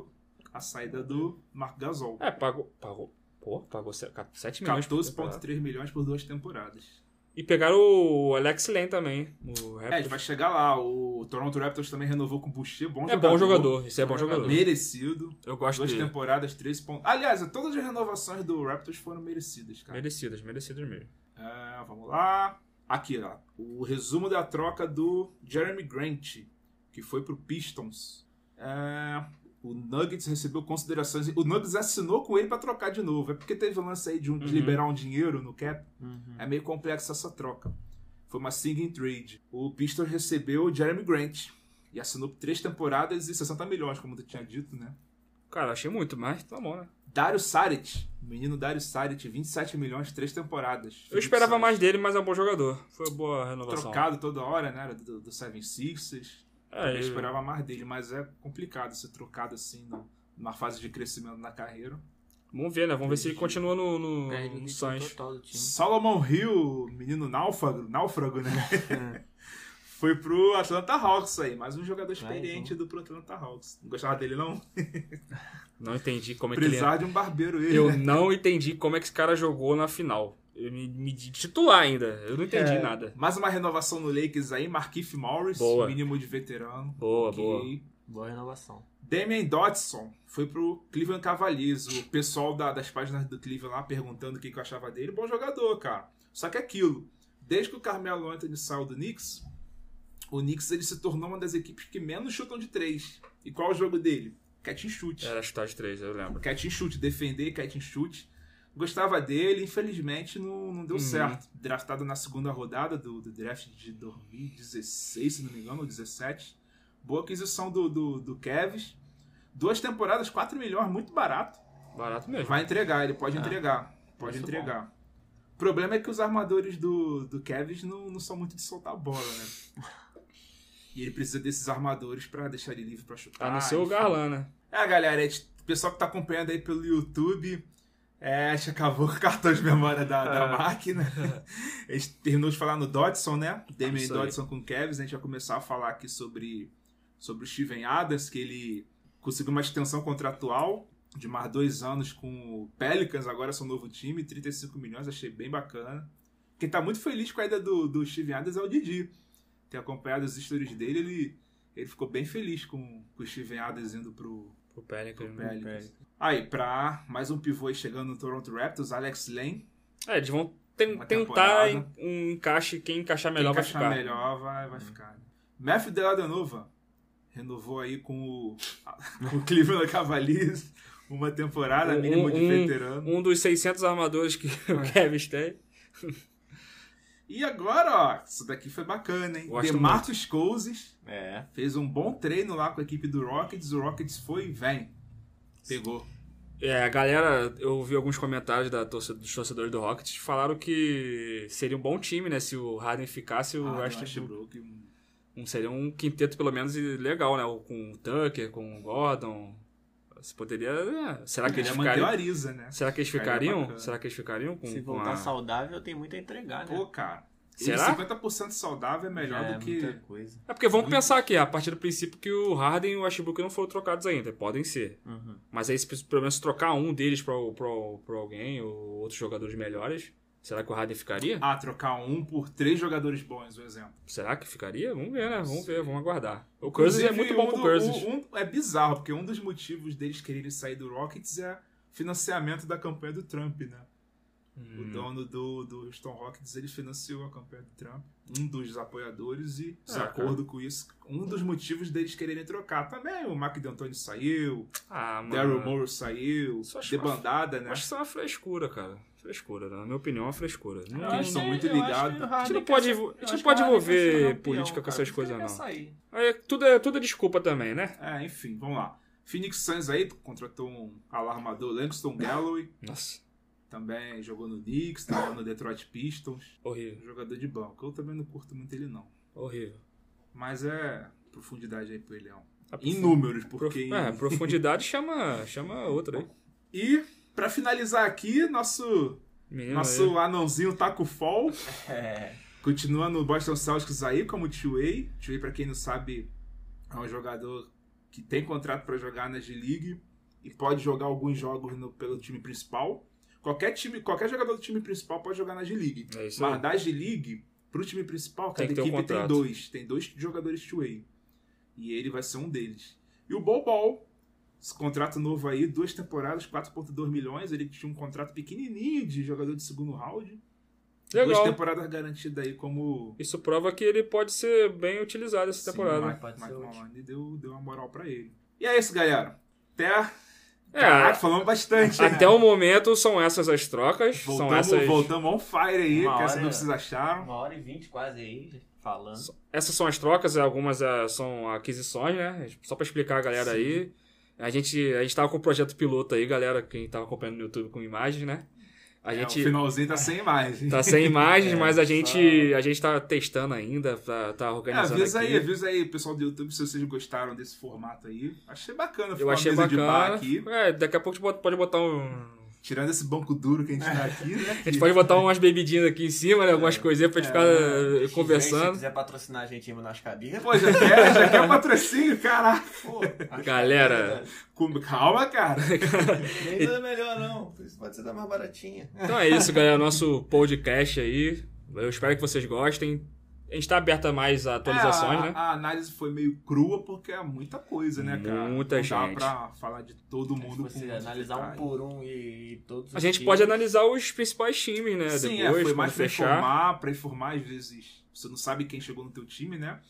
S1: a saída do Mark Gasol.
S2: É, pagou... pagou pô, pagou se- 7 milhões. por temporada.
S1: 14,3 milhões por duas temporadas.
S2: E pegaram o Alex Len também,
S1: É,
S2: o
S1: a gente
S2: Raptors.
S1: vai chegar lá. O Toronto Raptors também renovou com o Boucher, bom
S2: É,
S1: jogador.
S2: bom jogador, isso é bom jogador.
S1: Merecido.
S2: Eu gosto
S1: Duas
S2: dele.
S1: temporadas, 13 pontos. Aliás, todas as renovações do Raptors foram merecidas, cara.
S2: Merecidas, merecidas mesmo.
S1: É, vamos lá. Aqui, ó. O resumo da troca do Jeremy Grant, que foi pro Pistons. É, o Nuggets recebeu considerações. O Nuggets assinou com ele pra trocar de novo. É porque teve um lance aí de, um- de
S2: Uhum.
S1: liberar um dinheiro no cap.
S4: Uhum.
S1: É meio complexa essa troca. Foi uma singing trade. O Pistons recebeu o Jeremy Grant. E assinou por três temporadas e 60 milhões, como tu tinha dito, né?
S2: Cara, achei muito, mas tá bom, né?
S1: Dario Saric, menino Dario Saric, 27 milhões, três temporadas.
S2: Eu
S1: Felipe
S2: esperava
S1: Saric.
S2: mais dele, mas é um bom jogador. Foi boa a renovação.
S1: trocado toda hora, né? Era Do, do Seven Sixers.
S2: É,
S1: eu
S2: ele-
S1: esperava mais dele, mas é complicado ser trocado assim no- numa fase de crescimento na carreira.
S2: Vamos ver, né? Vamos ver se ele continua no, no,
S4: Perde o
S2: no
S1: Hum,
S4: ritmo
S2: Suns.
S4: total do time.
S1: Solomon Hill, menino náufrago, náufrago né?
S2: [laughs]
S1: Foi pro Atlanta Hawks aí, mais um
S2: É,
S1: jogador
S2: então.
S1: experiente do pro Atlanta Hawks. Não gostava dele, não?
S2: Não entendi como é que ele
S1: Precisava de um barbeiro ele. [laughs]
S2: Eu
S1: né?
S2: não entendi como é que esse cara jogou na final. Eu me, me de titular ainda. Eu não entendi
S1: É,
S2: nada.
S1: Mais uma renovação no Lakers aí, Marquise Morris,
S2: Boa.
S1: mínimo de veterano.
S2: Boa,
S1: Ok.
S2: boa.
S4: Boa renovação.
S1: Damian Dotson foi pro Cleveland Cavaliers. O pessoal da- das páginas do Cleveland lá perguntando o que, que eu achava dele. Bom jogador, cara. Só que é aquilo, desde que o Carmelo Anthony saiu do Knicks, o Knicks ele se tornou uma das equipes que menos chutam de três. E qual é o jogo dele? Catch and shoot.
S2: Era chutar de três, eu lembro.
S1: Catch and shoot, defender e catch and shoot. Gostava dele, infelizmente não, não deu
S2: Uhum.
S1: certo. Draftado na segunda rodada do, do draft de 2016, se não me engano, ou 17. Boa aquisição do, do, do Kevs. Duas temporadas, 4 milhões, muito barato.
S2: Barato mesmo.
S1: Vai entregar, ele pode
S4: É.
S1: entregar. Pode
S4: Isso
S1: entregar. O problema é que os armadores do, do Kevs não, não são muito de soltar a bola, né? e ele precisa desses armadores pra deixar ele livre pra chutar.
S2: Tá no seu
S1: ah, enfim.
S2: Garlan, né?
S1: É, galera, a gente- o pessoal que tá acompanhando aí pelo YouTube, é, a gente acabou com o cartão de memória da, da
S2: É.
S1: máquina.
S2: [laughs]
S1: A gente terminou de falar no Dodson, né? Damian
S2: Isso aí.
S1: Dodson com o Kevs. A gente vai começar a falar aqui sobre, sobre o Steven Adams, que ele conseguiu uma extensão contratual de mais dois anos com o Pelicans, agora seu novo time, 35 milhões, achei bem bacana. Quem tá muito feliz com a ida do, do Steven Adams é o Didi. Tem acompanhado as histórias dele, ele, ele ficou bem feliz com, com o Steven Adams indo pro,
S2: Pro Pelicans. né?
S1: Pelicans. Aí, pra mais um pivô aí chegando no Toronto Raptors, Alex Lane.
S2: É, eles vão ten-
S1: Uma
S2: tentar
S1: temporada.
S2: en- um encaixe. Quem encaixar melhor
S1: Quem
S2: vai
S1: encaixar
S2: ficar. Uhum.
S1: melhor vai, vai ficar. Matthew Dellavedova renovou aí com o, [laughs] com o Cleveland [laughs] Cavaliers uma temporada,
S2: Um-
S1: mínimo de
S2: um-
S1: veterano.
S2: Um dos 600 armadores que [laughs]
S1: É.
S2: o Kevin tem.
S1: E agora, ó, isso daqui foi bacana, hein?
S2: Gosto
S1: Demarcus Cousins
S4: É.
S1: fez um bom treino lá com a equipe do Rockets. O Rockets foi e vem. Pegou.
S2: É, a galera, eu ouvi alguns comentários da torce- dos torcedores do Rockets falaram que seria um bom time, né? Se o Harden ficasse, o
S1: Ah,
S2: Westbrook
S1: um-
S2: um, seria um quinteto pelo menos e legal, né? Com o Tucker, com o Gordon. Se poderia. é, Será que
S1: Queria manter
S2: eles
S1: o
S2: ficariam?
S1: Ariza, né?
S2: Será que eles
S1: Ficaria
S2: ficariam?
S1: bacana.
S2: Será que eles ficariam com,
S4: Se
S2: com
S4: voltar
S2: a-
S4: saudável, tem muito a entregar, né?
S1: Pô, cara. ele
S2: Será?
S1: 50% saudável é melhor
S4: É,
S1: do que.
S4: muita coisa.
S2: É porque vamos pensar aqui, a partir do princípio que o Harden e o Westbrook não foram trocados ainda, podem ser.
S4: Uhum.
S2: Mas aí, se pelo menos trocar um deles pra, pra, pra alguém ou outros jogadores melhores, será que o Harden ficaria?
S1: Ah, trocar um por três jogadores bons, um exemplo.
S2: Será que ficaria? Vamos ver, né? Vamos ver, vamos aguardar. O Cousins é muito bom pro
S1: do-
S2: Cousins.
S1: um- um- é bizarro, porque um dos motivos deles quererem sair do Rockets é financiamento da campanha do Trump, né?
S2: Uhum.
S1: O dono do, do Houston Rockets, ele financiou a campanha do Trump, um dos apoiadores, e
S2: Ah,
S1: de acordo com isso, um dos motivos deles quererem trocar. Também o Mark D'Antoni saiu,
S2: Ah, mano.
S1: Daryl Morrow saiu,
S2: Isso eu acho
S1: debandada, né?
S2: Acho que isso é uma frescura, cara. Frescura, né? na minha opinião, é uma frescura. Não
S1: Eu
S2: tem-
S1: acho que- são muito ligados.
S2: A gente não pode, envol- a gente não pode envolver política com essas coisas, não. Aí, tudo, é, tudo é desculpa também, né?
S1: É, enfim, vamos lá. Phoenix Suns aí contratou um alarmador, Langston Galloway.
S2: Nossa,
S1: Também jogou no Knicks, tava no Detroit Pistons.
S2: horrível,
S1: Jogador de banco. Eu também não curto muito ele, não.
S2: horrível.
S1: Mas é profundidade aí pro Leão.
S2: A profu-
S1: Em números,
S2: prof-
S1: porque.
S2: É, profundidade chama, chama outra aí.
S1: E, pra finalizar aqui, nosso,
S2: Menino,
S1: nosso anãozinho Taco Fall
S4: É.
S1: Continua no Boston Celtics aí como two-way. Two-way, pra quem não sabe, é um jogador que tem contrato para jogar na G-League e pode jogar alguns jogos no- pelo time principal. Qualquer, time, qualquer jogador do time principal pode jogar na G-League.
S2: É isso aí.
S1: Mas da G-League, pro time principal, cada
S2: Tem que ter um
S1: equipe tem
S2: contrato.
S1: dois. Tem dois jogadores two-way. E ele vai ser um deles. E o Bol Bol, esse contrato novo aí, duas temporadas, 4,2 milhões. Ele tinha um contrato pequenininho de jogador de segundo round. Duas
S2: Legal.
S1: temporadas garantidas aí como.
S2: Isso prova que ele pode ser bem utilizado essa
S1: Sim,
S2: temporada.
S1: Mike-
S4: Pode ser
S1: Mike
S4: útil.
S1: Malone deu, deu uma moral pra ele. E é isso, galera. Até.
S2: É,
S1: Caraca, falamos bastante. né?
S2: até o momento são essas as trocas. são
S1: Voltamos,
S2: essas.
S1: voltamos on fire aí.
S4: Uma
S1: Quer saber o
S4: hora-
S1: que vocês acharam?
S4: Uma hora e vinte quase aí, falando.
S2: Essas são as trocas, algumas eh, são aquisições, né? Só pra explicar a galera aí. A gente, a gente tava com o projeto piloto aí, galera, quem tava acompanhando no YouTube com imagens, né? A
S1: É,
S2: gente
S1: O finalzinho tá sem imagem.
S2: tá sem
S1: [laughs]
S2: imagens,
S4: É,
S2: mas a gente, a gente tá testando ainda, tá, tá
S1: É,
S2: organizando
S1: avisa
S2: aqui.
S1: aí, avisa aí, pessoal do YouTube, se vocês gostaram desse formato aí. Achei bacana ficar
S2: Eu achei
S1: uma mesa
S2: bacana.
S1: de bar aqui.
S2: É, daqui a pouco a gente bota- pode botar um.
S1: Tirando esse banco duro que a gente tá aqui, né?
S2: A gente pode botar umas bebidinhas aqui em cima, né?
S1: É.
S2: Algumas coisinhas pra gente
S1: um
S2: ficar eh,
S4: Se
S2: conversando.
S4: quiser patrocinar a gente em nas cadeiras,
S1: Pô, já quer, já quer um patrocínio, caraca.
S2: [laughs]
S4: pô.
S2: Galera.
S1: Como- Calma,
S2: [laughs]
S1: cara.
S4: Nem tudo é melhor, não. Isso pode ser da mais baratinha.
S2: Então é isso, galera. Nosso podcast aí. Eu espero que vocês gostem. A gente tá aberto a mais atualizações,
S1: É, a,
S2: né?
S1: a análise foi meio crua porque é muita coisa, né, cara?
S2: Muita
S1: Não
S2: gente.
S1: dá pra falar de todo
S4: Se
S1: mundo.
S4: você
S1: com
S4: É analisar um
S1: detalhe.
S4: por um e, e todos
S2: A
S4: os
S2: gente
S4: times,
S2: pode analisar os principais times, né?
S1: Uhum. Sim,
S2: Depois,
S1: é, foi
S2: quando
S1: mais pra
S2: fechar.
S1: informar, pra informar, às vezes você não sabe quem chegou no teu time, né?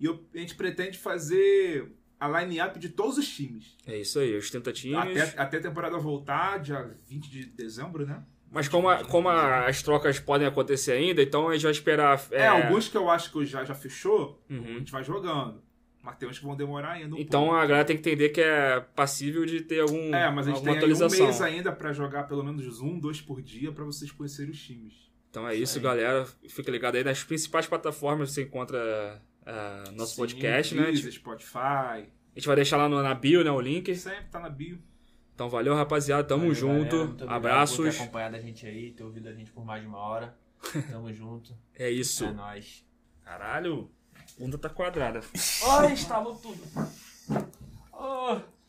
S1: E eu- a gente pretende fazer a line-up de todos os times.
S2: É isso aí, os 30 times.
S1: Até, até a temporada voltar, dia 20 de dezembro, né?
S2: Mas como, a- como a- as trocas podem acontecer ainda, então a gente vai esperar.
S1: É, alguns que eu acho que já, já fechou, a
S2: Uhum.
S1: gente vai jogando. Mas tem uns que vão demorar ainda um
S2: Então a galera tem que entender que é passível de ter algum,
S1: pouco. É, mas a gente
S2: alguma
S1: tem aí um
S2: atualização.
S1: mês ainda pra jogar pelo menos um, dois por dia pra vocês conhecerem os times.
S2: Então é isso,
S4: aí.
S2: galera. Fica ligado aí nas principais plataformas que você encontra ah, nosso
S4: Sim,
S2: podcast, né? A gente-
S1: Deezer, Spotify.
S2: a gente vai deixar lá no- na bio, né, o link.
S1: Sempre tá na bio.
S2: Então valeu, rapaziada. Tamo
S4: Valeu,
S2: junto.
S4: galera. Muito obrigado Por ter
S2: Abraços.
S4: acompanhado a gente aí, ter ouvido a gente por mais de
S2: [laughs]
S4: uma hora. Tamo junto.
S2: É isso.
S4: É nóis.
S2: Caralho, a bunda tá quadrada.
S4: Ai, estalou tudo. Oh.